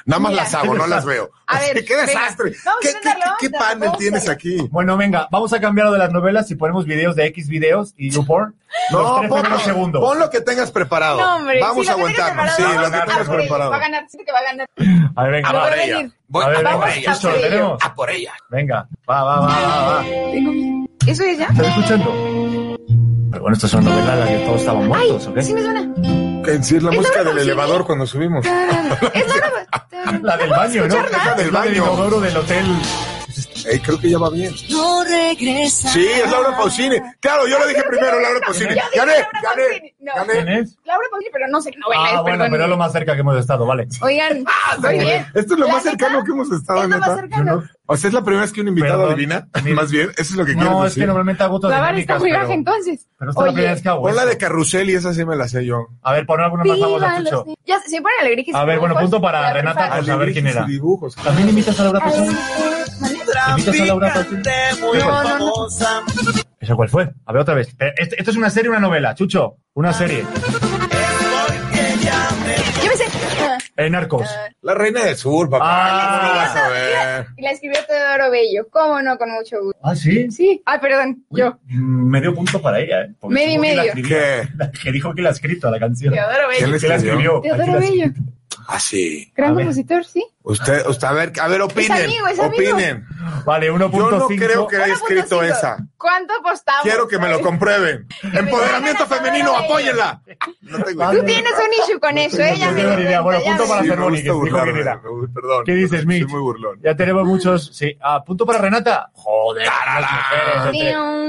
Speaker 10: Nada más
Speaker 4: Mira.
Speaker 10: las hago, no las veo.
Speaker 4: (laughs) A ver,
Speaker 10: qué
Speaker 4: venga.
Speaker 10: desastre.
Speaker 4: Vamos
Speaker 10: ¿Qué,
Speaker 4: a
Speaker 10: qué,
Speaker 4: darle
Speaker 10: qué
Speaker 4: onda,
Speaker 10: panel
Speaker 4: vamos a
Speaker 10: tienes
Speaker 4: darle.
Speaker 10: aquí?
Speaker 3: Bueno, venga, vamos a cambiar lo de las novelas y ponemos videos de X videos y YouPorn. los
Speaker 10: No,
Speaker 3: tres
Speaker 10: pon,
Speaker 3: primeros segundos.
Speaker 10: pon lo que tengas preparado.
Speaker 4: No, hombre.
Speaker 10: Vamos
Speaker 4: sí,
Speaker 10: a
Speaker 4: lo que tengas
Speaker 10: aguantarnos. Sí,
Speaker 4: preparado,
Speaker 10: lo
Speaker 4: vamos
Speaker 10: que
Speaker 4: a
Speaker 10: tengas
Speaker 4: por él.
Speaker 10: preparado.
Speaker 4: Va a ganar, sí que va a ganar.
Speaker 3: A ver, venga,
Speaker 16: A
Speaker 3: va.
Speaker 16: por
Speaker 4: Ahora
Speaker 16: ella.
Speaker 4: venir.
Speaker 16: Voy
Speaker 3: A ver,
Speaker 16: a por
Speaker 4: vamos,
Speaker 16: ella.
Speaker 3: venga, Chucho, lo
Speaker 4: por ello.
Speaker 3: tenemos.
Speaker 16: A por ella.
Speaker 3: Venga, va, va, va, va, va.
Speaker 4: ¿Eso es ya?
Speaker 3: ¿Estás escuchando? Pero bueno, estas son novelas las que todos estaban
Speaker 4: Ay,
Speaker 3: muertos, ¿ok?
Speaker 4: sí me suena.
Speaker 10: Que sí, es la
Speaker 4: Es
Speaker 10: música
Speaker 4: la
Speaker 10: del
Speaker 4: canción.
Speaker 10: elevador cuando subimos.
Speaker 4: Es la nueva.
Speaker 3: (laughs) La del baño, ¿no?
Speaker 10: La del
Speaker 3: del
Speaker 10: baño.
Speaker 3: inodoro del hotel.
Speaker 10: Ey, Eh, creo que ya va bien. Sí, es Laura Pausini. Claro, yo lo dije primero, Laura Pausini.
Speaker 4: Yo dije
Speaker 10: Gané,
Speaker 4: Laura
Speaker 10: gané,
Speaker 4: Pausini. No.
Speaker 3: ¿Quién
Speaker 10: gané.
Speaker 3: es?
Speaker 4: Laura Pausini, pero no sé qué novela
Speaker 3: Ah,
Speaker 4: es,
Speaker 3: bueno,
Speaker 4: perdón.
Speaker 3: pero es lo Ah, más cerca que hemos estado, vale.
Speaker 4: Oigan, muy bien.
Speaker 10: Esto es lo
Speaker 4: La
Speaker 10: más
Speaker 4: neta,
Speaker 10: cercano que hemos estado,
Speaker 4: es lo más
Speaker 10: neta.
Speaker 4: cercano.
Speaker 10: O sea, es la primera vez que un invitado
Speaker 3: Perdón.
Speaker 10: adivina.
Speaker 3: Mira.
Speaker 10: Más bien, eso es lo que quieres
Speaker 3: No, es
Speaker 10: decir.
Speaker 3: que normalmente hago otras
Speaker 4: La vara está
Speaker 3: dinámicas,
Speaker 4: muy
Speaker 3: pero,
Speaker 4: baja entonces.
Speaker 3: pero esta es la primera vez que hago
Speaker 10: Pon la
Speaker 3: esto.
Speaker 10: de carrusel y esa sí me la sé yo.
Speaker 3: A ver, pon alguna más famosa, Chucho.
Speaker 4: Ya, sí, pon alegría. que
Speaker 3: A
Speaker 4: sí,
Speaker 3: ver,
Speaker 4: por
Speaker 3: bueno,
Speaker 4: favor.
Speaker 3: punto para
Speaker 4: La
Speaker 3: Renata,
Speaker 4: preparo.
Speaker 3: pues, a ver quién
Speaker 10: Alegrías y
Speaker 3: era.
Speaker 10: dibujos.
Speaker 3: ¿También invitas a Laura Pausini? ¿Invitas a Laura Pausini?
Speaker 4: No, no, no.
Speaker 3: ¿Esa cuál fue? A ver, otra vez. Eh, este- esto es una serie o una novela, Chucho. Una serie.
Speaker 4: Yo me sé. Ah,
Speaker 3: Eh, Narcos.
Speaker 10: La reina del sur, papá.
Speaker 3: Ah.
Speaker 10: ¿Cómo no vas a ver?
Speaker 4: Y la escribió Teodoro Bello. ¿Cómo no? Con mucho gusto.
Speaker 3: ¿Ah, sí?
Speaker 4: Sí. Ah, perdón. Yo.
Speaker 3: Mm, Medio punto para ella, ¿eh? Porque
Speaker 4: Medio y
Speaker 3: supongo que la
Speaker 4: medio.
Speaker 3: escribía.
Speaker 10: ¿Qué?
Speaker 3: La (laughs) que dijo que la ha escrito la canción.
Speaker 4: Teodoro
Speaker 10: ¿Quién
Speaker 4: Bello.
Speaker 10: le
Speaker 3: Que la escribió.
Speaker 10: escribió?
Speaker 3: Aquí
Speaker 4: Teodoro
Speaker 3: la
Speaker 4: Bello.
Speaker 3: escribió.
Speaker 10: Ah, sí.
Speaker 4: Gran
Speaker 3: A ver.
Speaker 4: compositor, sí.
Speaker 10: Usted, usted, a ver, a ver, opinen.
Speaker 4: amigo, es amigo.
Speaker 10: opinen.
Speaker 3: Vale, 1.5.
Speaker 10: Yo no creo que haya escrito
Speaker 4: 1.5.
Speaker 10: esa.
Speaker 4: pues, ¿Cuánto apostamos?
Speaker 10: Quiero que me lo comprueben. Empoderamiento femenino, apóyenla. No tengo
Speaker 4: Tú tienes un issue con eso, ¿eh? Ya
Speaker 3: no
Speaker 4: me
Speaker 3: tengo
Speaker 4: di
Speaker 3: ni idea.
Speaker 4: cuenta,
Speaker 3: Bueno,
Speaker 4: ya
Speaker 3: punto
Speaker 4: me
Speaker 3: para
Speaker 4: di
Speaker 3: Fer-
Speaker 4: cuenta.
Speaker 3: Cervoni, que dijo quién era.
Speaker 10: Perdón.
Speaker 3: ¿Qué dices, Mitch?
Speaker 10: Soy muy burlón.
Speaker 3: Ya tenemos muchos. Sí. Ah, punto para Renata. Joder. las mujeres, entre-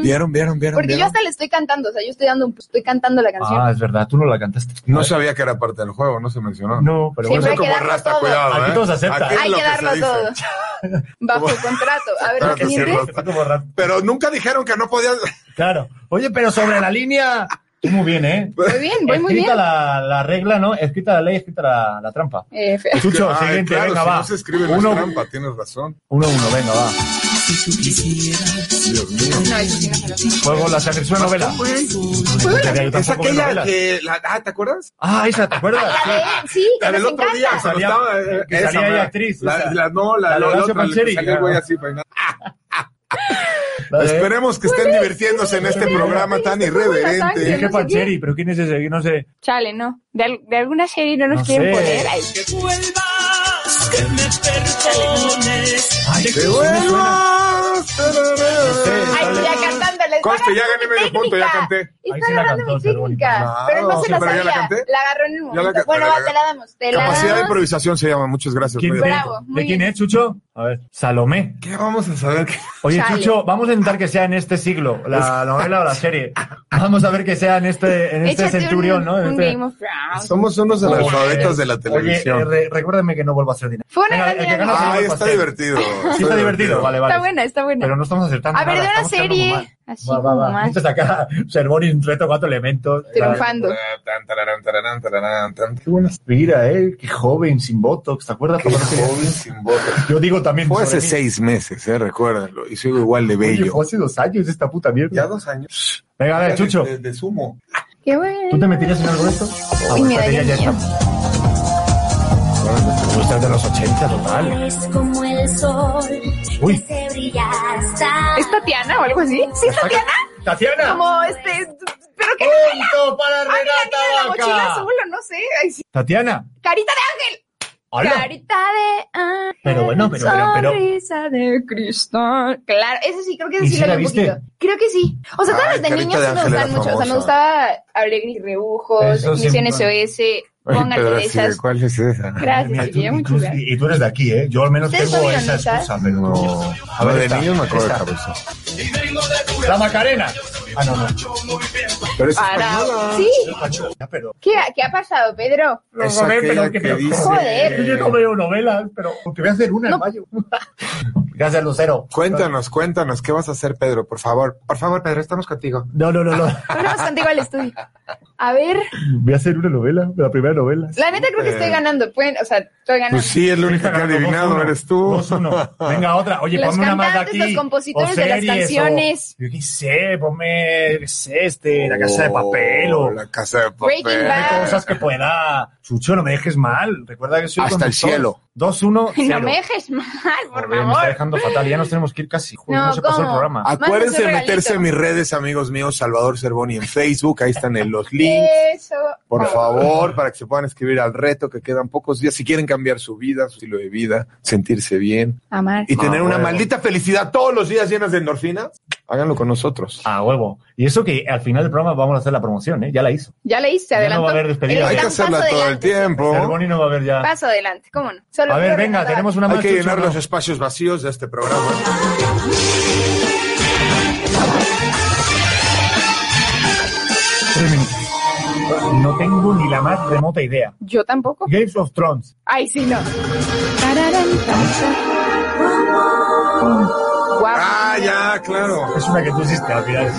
Speaker 10: Vieron, vieron, vieron.
Speaker 4: Porque yo
Speaker 10: vieron?
Speaker 4: hasta le estoy cantando, o sea, yo estoy dando, un- estoy cantando la canción.
Speaker 3: Ah, es verdad, tú no la cantaste.
Speaker 10: No sabía que era parte del juego, no se mencionó.
Speaker 3: No, pero
Speaker 4: Sí,
Speaker 3: bueno.
Speaker 4: Siempre
Speaker 10: Eso
Speaker 4: hay que
Speaker 10: como
Speaker 4: darlo
Speaker 10: rasta,
Speaker 4: todo.
Speaker 10: cuidado.
Speaker 3: Aquí
Speaker 10: ¿eh?
Speaker 3: todo se acepta.
Speaker 10: Aquí es
Speaker 4: Hay
Speaker 10: lo
Speaker 4: que
Speaker 10: se
Speaker 4: darlo
Speaker 10: dice.
Speaker 4: todo.
Speaker 10: (laughs)
Speaker 4: Bajo
Speaker 10: ¿Cómo?
Speaker 4: contrato. A ver,
Speaker 10: Claro
Speaker 4: ¿qué
Speaker 10: que Ah, sí,
Speaker 4: sientes?
Speaker 10: Rosa. Pero nunca dijeron que no podías.
Speaker 3: Claro. Oye, pero sobre la línea. Tú muy bien, ¿eh?
Speaker 4: Muy bien, voy muy
Speaker 3: escrita
Speaker 4: bien.
Speaker 3: La, la regla, ¿no? Escrita la ley, escrita la, la trampa.
Speaker 4: Eh, fe-
Speaker 3: Chucho,
Speaker 10: Ay,
Speaker 3: siguiente,
Speaker 10: claro,
Speaker 3: venga,
Speaker 10: si
Speaker 3: va.
Speaker 10: No se escribe no es
Speaker 3: uno,
Speaker 10: trampa, tienes razón.
Speaker 3: uno, uno, venga, va.
Speaker 10: Dios mío.
Speaker 4: No, eso sí no se lo digo.
Speaker 3: Juego la sangre, es
Speaker 10: Pues
Speaker 3: una novela.
Speaker 10: Es
Speaker 3: Tampoco veo
Speaker 10: aquella
Speaker 3: novelas.
Speaker 10: que. la- Ah, ¿te acuerdas?
Speaker 3: Ah, esa, ¿te acuerdas?
Speaker 10: (laughs)
Speaker 4: Eh, Sí, que
Speaker 10: La del
Speaker 4: nos
Speaker 10: otro día,
Speaker 4: encanta.
Speaker 10: cuando estaba. eh,
Speaker 3: que salía
Speaker 10: esa,
Speaker 3: ahí
Speaker 10: la-
Speaker 3: actriz,
Speaker 10: La,
Speaker 3: esa.
Speaker 10: la- no, la,
Speaker 3: La de
Speaker 10: la, la
Speaker 3: Horacio
Speaker 10: otra. la que
Speaker 3: Pancheri.
Speaker 10: salía el güey así peinado.
Speaker 3: La de-
Speaker 10: Esperemos que estén divirtiéndose en este
Speaker 4: Bueno,
Speaker 10: programa
Speaker 4: sí,
Speaker 10: tan
Speaker 4: sí, bueno,
Speaker 10: irreverente.
Speaker 4: tanto.
Speaker 3: Dije Pancheri, pero ¿quién es ese? Yo No sé.
Speaker 4: Chale, no. De, al- de alguna serie no nos
Speaker 3: No sé.
Speaker 4: quieren poner. Ay,
Speaker 3: Ay,
Speaker 10: ¡Te
Speaker 3: qué buena.
Speaker 10: vuelvas!
Speaker 4: ay, ya cantándoles.
Speaker 10: Conste, ya gané medio punto, ya canté.
Speaker 3: Ahí
Speaker 4: Está
Speaker 3: sí la
Speaker 4: agarrando
Speaker 3: cantó,
Speaker 4: mi
Speaker 3: Cervoni.
Speaker 4: técnica.
Speaker 10: Claro,
Speaker 4: pero no se
Speaker 10: sí,
Speaker 4: la
Speaker 10: pero ya
Speaker 4: sabía.
Speaker 10: la
Speaker 4: La,
Speaker 10: canté.
Speaker 4: agarró en un
Speaker 10: Ya la
Speaker 4: momento.
Speaker 10: canté,
Speaker 4: bueno,
Speaker 10: la
Speaker 4: va,
Speaker 10: agarré.
Speaker 4: te la damos. Te la
Speaker 10: Capacidad de
Speaker 4: damos.
Speaker 10: improvisación se llama. Muchas gracias.
Speaker 3: ¿Quién
Speaker 10: muy
Speaker 3: de-
Speaker 10: bien.
Speaker 4: Bravo, muy
Speaker 3: ¿De quién
Speaker 4: bien.
Speaker 3: es, Chucho? A ver, Salomé.
Speaker 10: ¿Qué vamos a saber?
Speaker 3: Oye,
Speaker 4: Chale.
Speaker 3: Chucho, vamos a intentar que sea en este siglo, la novela o (laughs) la serie. Vamos a ver que sea en este, en este
Speaker 4: Échate un-
Speaker 3: centurión, ¿no? En
Speaker 4: Un
Speaker 3: este-
Speaker 4: Game of Thrones.
Speaker 10: Somos unos analfabetas de la
Speaker 3: Oye, eh,
Speaker 10: televisión.
Speaker 3: re- recuérdame que no vuelva a ser dinámica.
Speaker 4: Fue una
Speaker 3: Venga,
Speaker 4: gran
Speaker 3: el que gana
Speaker 4: dinámica.
Speaker 3: se lleva
Speaker 10: Ay,
Speaker 3: el
Speaker 10: está
Speaker 3: pastel.
Speaker 10: divertido.
Speaker 3: Sí, está divertido, vale, vale.
Speaker 4: Está buena, está buena.
Speaker 3: Pero no estamos acertando.
Speaker 4: A ver,
Speaker 3: nada,
Speaker 4: de una
Speaker 3: estamos quedando
Speaker 4: serie,
Speaker 3: muy mal.
Speaker 4: así
Speaker 3: Va, va, va.
Speaker 4: como
Speaker 3: Entonces acá, Cervoni, un reto, cuatro elementos.
Speaker 4: Triunfando.
Speaker 10: Tan, tararán, tararán, tararán, tan.
Speaker 3: Qué buena aspira, ¿eh? Qué joven, sin botox, ¿te acuerdas?
Speaker 10: Qué joven sin votos.
Speaker 3: Yo digo también.
Speaker 10: Fue
Speaker 3: sobre
Speaker 10: hace
Speaker 3: mí.
Speaker 10: seis meses, eh, recuérdenlo. Y sigo igual de
Speaker 3: Oye, pues,
Speaker 10: bello. Mm. Eh,
Speaker 3: fue hace dos años esta puta mierda.
Speaker 10: Ya dos años.
Speaker 3: Venga, a ver,
Speaker 10: Ya
Speaker 3: Chucho.
Speaker 10: De, de sumo.
Speaker 4: Qué bueno.
Speaker 3: ¿Tú te meterías en algo de esto? Ah,
Speaker 4: Uy, me
Speaker 3: espérate,
Speaker 4: daría
Speaker 3: ya- ya
Speaker 4: miedo.
Speaker 3: estamos. Música pues, de los 80, total.
Speaker 17: Es como el sol.
Speaker 3: Uy.
Speaker 17: que brilla hasta-
Speaker 4: ¿Es Tatiana o algo así? ¿Sí es Tatiana?
Speaker 3: Tatiana.
Speaker 4: Como este. ¿Pero qué novela?
Speaker 3: Punto para
Speaker 4: Ah, mira,
Speaker 3: Renata
Speaker 4: mira,
Speaker 3: Vaca.
Speaker 4: la mochila azul, o no sé. Ay, sí.
Speaker 3: Tatiana.
Speaker 4: Carita de ángel.
Speaker 3: Hola.
Speaker 4: Carita de ángel.
Speaker 3: Pero bueno, pero, pero, pero-
Speaker 4: Sonrisa de cristal. Claro, eso sí, creo que eso
Speaker 3: ¿Y
Speaker 4: sí
Speaker 3: si
Speaker 4: la
Speaker 3: la
Speaker 4: vi un
Speaker 3: viste?
Speaker 4: poquito. Creo que sí. O sea, todas
Speaker 10: Ay,
Speaker 4: las de
Speaker 10: Carita
Speaker 4: niños
Speaker 10: de
Speaker 4: sí me
Speaker 10: Ángel
Speaker 4: gustan
Speaker 10: era
Speaker 4: mucho. O sea, me
Speaker 10: famosa.
Speaker 4: gustaba Alegre y Rebujos,
Speaker 10: Eso sí,
Speaker 4: Misión
Speaker 10: bueno.
Speaker 4: SOS,
Speaker 10: Oye,
Speaker 4: póngate de
Speaker 10: Pedro, así de,
Speaker 4: esas.
Speaker 10: ¿Cuál es esa?
Speaker 4: Gracias,
Speaker 3: Mira, tú-
Speaker 4: sería muy
Speaker 3: tú-
Speaker 4: chula.
Speaker 3: y tú eres de aquí, ¿eh? Yo al menos
Speaker 4: ¿Ustedes
Speaker 3: tengo
Speaker 4: son
Speaker 3: esa
Speaker 4: guionistas?
Speaker 3: excusa, pero
Speaker 10: No.
Speaker 3: A ver,
Speaker 10: de
Speaker 3: esta,
Speaker 10: niños me acuerdo de
Speaker 3: esta.
Speaker 10: cabeza.
Speaker 3: La Macarena. Ah, no, no.
Speaker 10: Pero es
Speaker 4: Para-
Speaker 10: española.
Speaker 4: Sí.
Speaker 3: Ya, pero.
Speaker 4: ¿Qué, ha- ¿Qué ha pasado, Pedro?
Speaker 10: Es
Speaker 3: Joder, pero
Speaker 10: aquella
Speaker 3: que-
Speaker 10: que dice...
Speaker 4: Joder.
Speaker 3: Yo no veo novelas, pero te voy a hacer una
Speaker 4: No.
Speaker 3: en mayo. (laughs) Gracias, Lucero.
Speaker 10: Cuéntanos, cuéntanos, ¿qué vas a hacer, Pedro? Por favor, por favor, Pedro, estamos contigo.
Speaker 3: No, no, no, no.
Speaker 4: Vámonos contigo al estudio. A ver,
Speaker 3: Voy a hacer una novela, la primera novela.
Speaker 4: la neta creo que estoy ganando. Pueden, o sea, estoy ganando.
Speaker 10: Pues sí, es la única que ha adivinado, eres tú.
Speaker 3: Dos, uno. Venga, otra. Oye,
Speaker 4: Los
Speaker 3: ponme una más de
Speaker 4: cantantes,
Speaker 3: aquí.
Speaker 4: los compositores
Speaker 3: O
Speaker 4: de las
Speaker 3: series,
Speaker 4: canciones.
Speaker 3: o- yo qué sé, ponme, yo qué sé, este, La Casa de Papel o
Speaker 10: Oh, La casa de papel.
Speaker 4: Breaking Bad.
Speaker 3: cosas que pueda. Chucho, no me dejes mal. Recuerda que soy
Speaker 18: Hasta el
Speaker 3: conductor.
Speaker 18: cielo.
Speaker 3: Dos, uno, cero.
Speaker 4: (laughs) No me dejes mal, por
Speaker 3: Joder, me está
Speaker 4: favor.
Speaker 3: dejando fatal. Ya nos tenemos que ir casi. Joder,
Speaker 4: No,
Speaker 3: no, se pasó el
Speaker 4: ¿cómo?
Speaker 3: programa.
Speaker 10: Acuérdense de
Speaker 4: Mándanos un
Speaker 10: meterse
Speaker 4: regalito.
Speaker 10: en mis redes, amigos míos, Salvador Cervoni en Facebook, ahí están en los links.
Speaker 4: Eso.
Speaker 10: Por favor, para que se puedan escribir al reto, que quedan pocos días. Si quieren cambiar su vida, su estilo de vida, sentirse bien
Speaker 4: Amar.
Speaker 10: y
Speaker 3: Ah,
Speaker 10: tener una
Speaker 3: bueno.
Speaker 10: maldita felicidad todos los días llenas de endorfinas, háganlo con nosotros.
Speaker 3: A Ah, huevo. Y eso que al final del programa vamos a hacer la promoción, ¿eh? Ya la hizo.
Speaker 4: Ya le
Speaker 3: Ya
Speaker 4: hice,
Speaker 3: no
Speaker 4: adelante.
Speaker 3: va a haber despedida.
Speaker 10: Hay que
Speaker 3: Están
Speaker 10: hacerla todo el tiempo.
Speaker 3: Cervoni no va a haber ya.
Speaker 4: Paso adelante, ¿cómo no? Solo
Speaker 3: Ah. A ver,
Speaker 4: quiero
Speaker 3: venga,
Speaker 4: recordar.
Speaker 3: tenemos una más.
Speaker 10: Hay que
Speaker 3: Chucho,
Speaker 10: llenar
Speaker 3: ¿no?
Speaker 10: los espacios vacíos de este programa.
Speaker 3: Tres minutos. No tengo ni la más remota idea.
Speaker 4: Yo tampoco.
Speaker 3: Games of Thrones.
Speaker 4: Ay, sí, no. Tararán, tararán. Guau.
Speaker 10: Ah, ya, claro. (laughs)
Speaker 3: Es una que tú hiciste al final.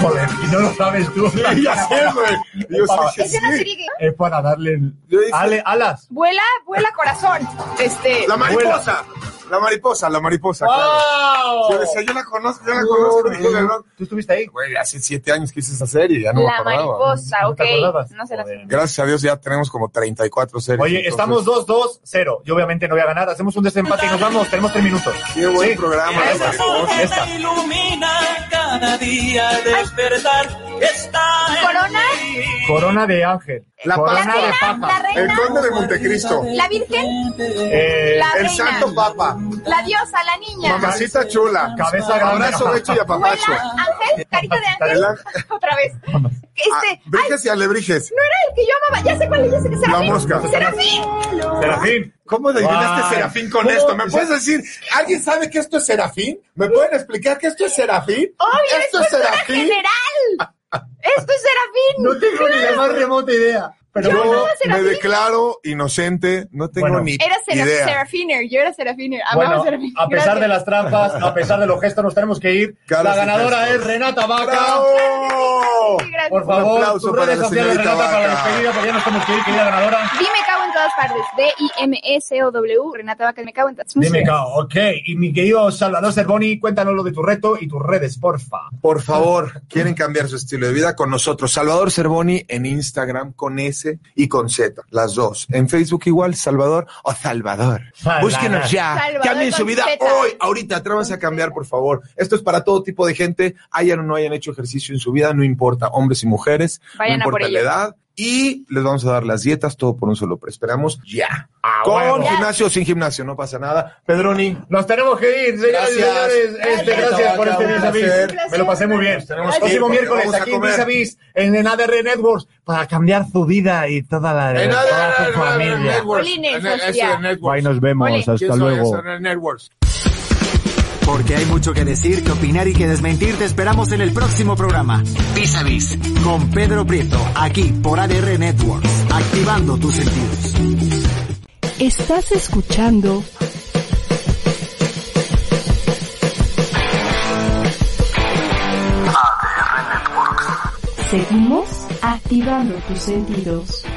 Speaker 3: Joder, y no lo sabes tú.
Speaker 10: Ya sé, güey. Yo sí
Speaker 4: Es una
Speaker 10: dije, sí.
Speaker 4: serie que
Speaker 3: Es para darle el-
Speaker 10: Yo hice-
Speaker 3: Ale- alas.
Speaker 4: vuela, vuela corazón. Este.
Speaker 10: La mariposa. La mariposa, la mariposa, claro. Yo
Speaker 3: ¡Wow!
Speaker 10: decía, yo la conozco, yo la conozco. me dijo, ¿no?
Speaker 3: Eh, ¿Tú estuviste ahí?
Speaker 10: Güey, hace siete años que hice esa serie, ya no me
Speaker 4: La
Speaker 10: acordaba.
Speaker 4: mariposa,
Speaker 3: ¿No
Speaker 4: Ah, ok.
Speaker 3: te acordabas?
Speaker 4: No se la
Speaker 3: Joder.
Speaker 10: Gracias a Dios ya tenemos como 34 series.
Speaker 3: Oye,
Speaker 10: entonces-
Speaker 3: estamos 2-2-0. Yo obviamente no voy a ganar. Hacemos un desempate y nos vamos. Tenemos tres minutos.
Speaker 10: Qué buen
Speaker 3: Sí.
Speaker 10: programa. la
Speaker 3: Esta,
Speaker 10: mariposa.
Speaker 3: esta.
Speaker 4: Corona,
Speaker 3: Corona de ángel.
Speaker 10: La
Speaker 3: corona
Speaker 10: paz.
Speaker 3: de
Speaker 4: la
Speaker 3: papa.
Speaker 10: El
Speaker 4: reina,
Speaker 10: conde de Montecristo.
Speaker 4: la virgen,
Speaker 3: Eh,
Speaker 4: la
Speaker 10: El
Speaker 4: reina,
Speaker 10: santo papa.
Speaker 4: la diosa, la niña.
Speaker 10: Mamacita chula.
Speaker 3: Cabeza grande.
Speaker 10: Abrazo, becho y apapacho.
Speaker 4: Vuela,
Speaker 10: Eh,
Speaker 4: ángel, carita de ángel.
Speaker 10: El ángel-
Speaker 4: Otra vez. Este,
Speaker 10: Ah, Briges y alebrijes.
Speaker 4: no era el que yo amaba. Ya sé cuál es, ya sé que será.
Speaker 10: La mosca.
Speaker 4: Serafín.
Speaker 3: Serafín.
Speaker 10: ¿Cómo
Speaker 3: Guau.
Speaker 10: adivinaste este serafín con
Speaker 3: ¿Cómo?
Speaker 10: esto? ¿Me puedes decir? ¿Alguien sabe que esto es serafín? ¿Me pueden explicar que esto es serafín?
Speaker 4: Obvio,
Speaker 10: ¿Esto
Speaker 4: es
Speaker 10: es
Speaker 4: cultura
Speaker 10: serafín?
Speaker 4: general.
Speaker 3: (laughs)
Speaker 4: Esto es serafín.
Speaker 3: No tengo ni la más remota idea. Pero
Speaker 4: Yo
Speaker 3: bueno,
Speaker 10: Yo
Speaker 4: amaba
Speaker 10: me
Speaker 4: serafín.
Speaker 10: declaro inocente, no tengo
Speaker 3: Bueno.
Speaker 10: ni
Speaker 4: Era Seraf-
Speaker 10: idea.
Speaker 4: Serafiner, yo era Serafiner. Amaba
Speaker 3: bueno,
Speaker 4: Serafín.
Speaker 3: a pesar de las
Speaker 4: Gracias.
Speaker 3: trampas, a pesar de los gestos, nos tenemos que ir.
Speaker 10: Caras
Speaker 3: La
Speaker 10: y
Speaker 3: ganadora
Speaker 10: gestos.
Speaker 3: es Renata Vaca.
Speaker 10: ¡Bravo!
Speaker 4: Sí, gracias.
Speaker 3: Por
Speaker 10: Un
Speaker 3: favor,
Speaker 10: aplauso
Speaker 3: tus
Speaker 10: para
Speaker 3: redes
Speaker 10: la
Speaker 3: sociales,
Speaker 10: señorita
Speaker 3: Renata, para la
Speaker 10: Vaca.
Speaker 3: despedida, porque ya nos tenemos que ir, querida ganadora.
Speaker 4: Dime cago en todas partes. E D-I-M-S-O-W. Renata Vaca, me cago en todas
Speaker 3: Dime,
Speaker 4: Muchas
Speaker 3: Cao. Ok, y mi querido Salvador Cervoni, cuéntanos lo de tu reto y tus redes, porfa.
Speaker 10: Por favor, quieren cambiar su estilo de vida con nosotros. Salvador Cervoni en Instagram con S y con Z, las dos. En Facebook igual, Salvador o Salvador.
Speaker 3: Salvador.
Speaker 10: Búsquenos ya.
Speaker 4: Salvador
Speaker 10: Cambien su
Speaker 4: con
Speaker 10: vida
Speaker 4: Z.
Speaker 10: hoy, ahorita. Atrévanse a cambiar, por favor. Esto es para todo tipo de gente. Hayan o no hayan hecho ejercicio en su vida, no importa. Hombres y mujeres,
Speaker 4: Vayan a
Speaker 10: no
Speaker 4: por
Speaker 10: importa la
Speaker 4: ello.
Speaker 10: edad. Y les vamos a dar las dietas, todo por un solo pero Esperamos ya.
Speaker 3: Ah,
Speaker 10: con
Speaker 3: huevo.
Speaker 10: gimnasio o sin gimnasio, no pasa nada. Pedroni,
Speaker 3: Nos tenemos que ir, señoras y
Speaker 10: Gracias.
Speaker 3: señores. Este,
Speaker 10: Gracias,
Speaker 3: gracias por este
Speaker 10: Vaca, un
Speaker 3: Vis a Vis.
Speaker 10: placer.
Speaker 3: Me lo pasé muy bien.
Speaker 10: tenemos que ir
Speaker 3: Próximo
Speaker 10: porque
Speaker 3: miércoles
Speaker 10: vamos a
Speaker 3: aquí en
Speaker 10: comer.
Speaker 3: Vis a Vis, en el ADR Networks, para cambiar su vida y toda la de
Speaker 10: En
Speaker 3: toda su
Speaker 10: ADR
Speaker 3: familia.
Speaker 10: Networks.
Speaker 4: Polines,
Speaker 10: En el-
Speaker 4: hostia.
Speaker 10: ese de Networks.
Speaker 3: Ahí nos vemos.
Speaker 4: Ole.
Speaker 3: Hasta
Speaker 10: ¿Quién soy?
Speaker 3: luego.
Speaker 10: Ese de Networks.
Speaker 6: Porque hay mucho que decir, que opinar y que desmentir, te esperamos en el próximo programa. Vis a Vis. Con Pedro Prieto, aquí por ADR Networks, activando tus sentidos.
Speaker 19: Estás escuchando Seguimos activando tus sentidos.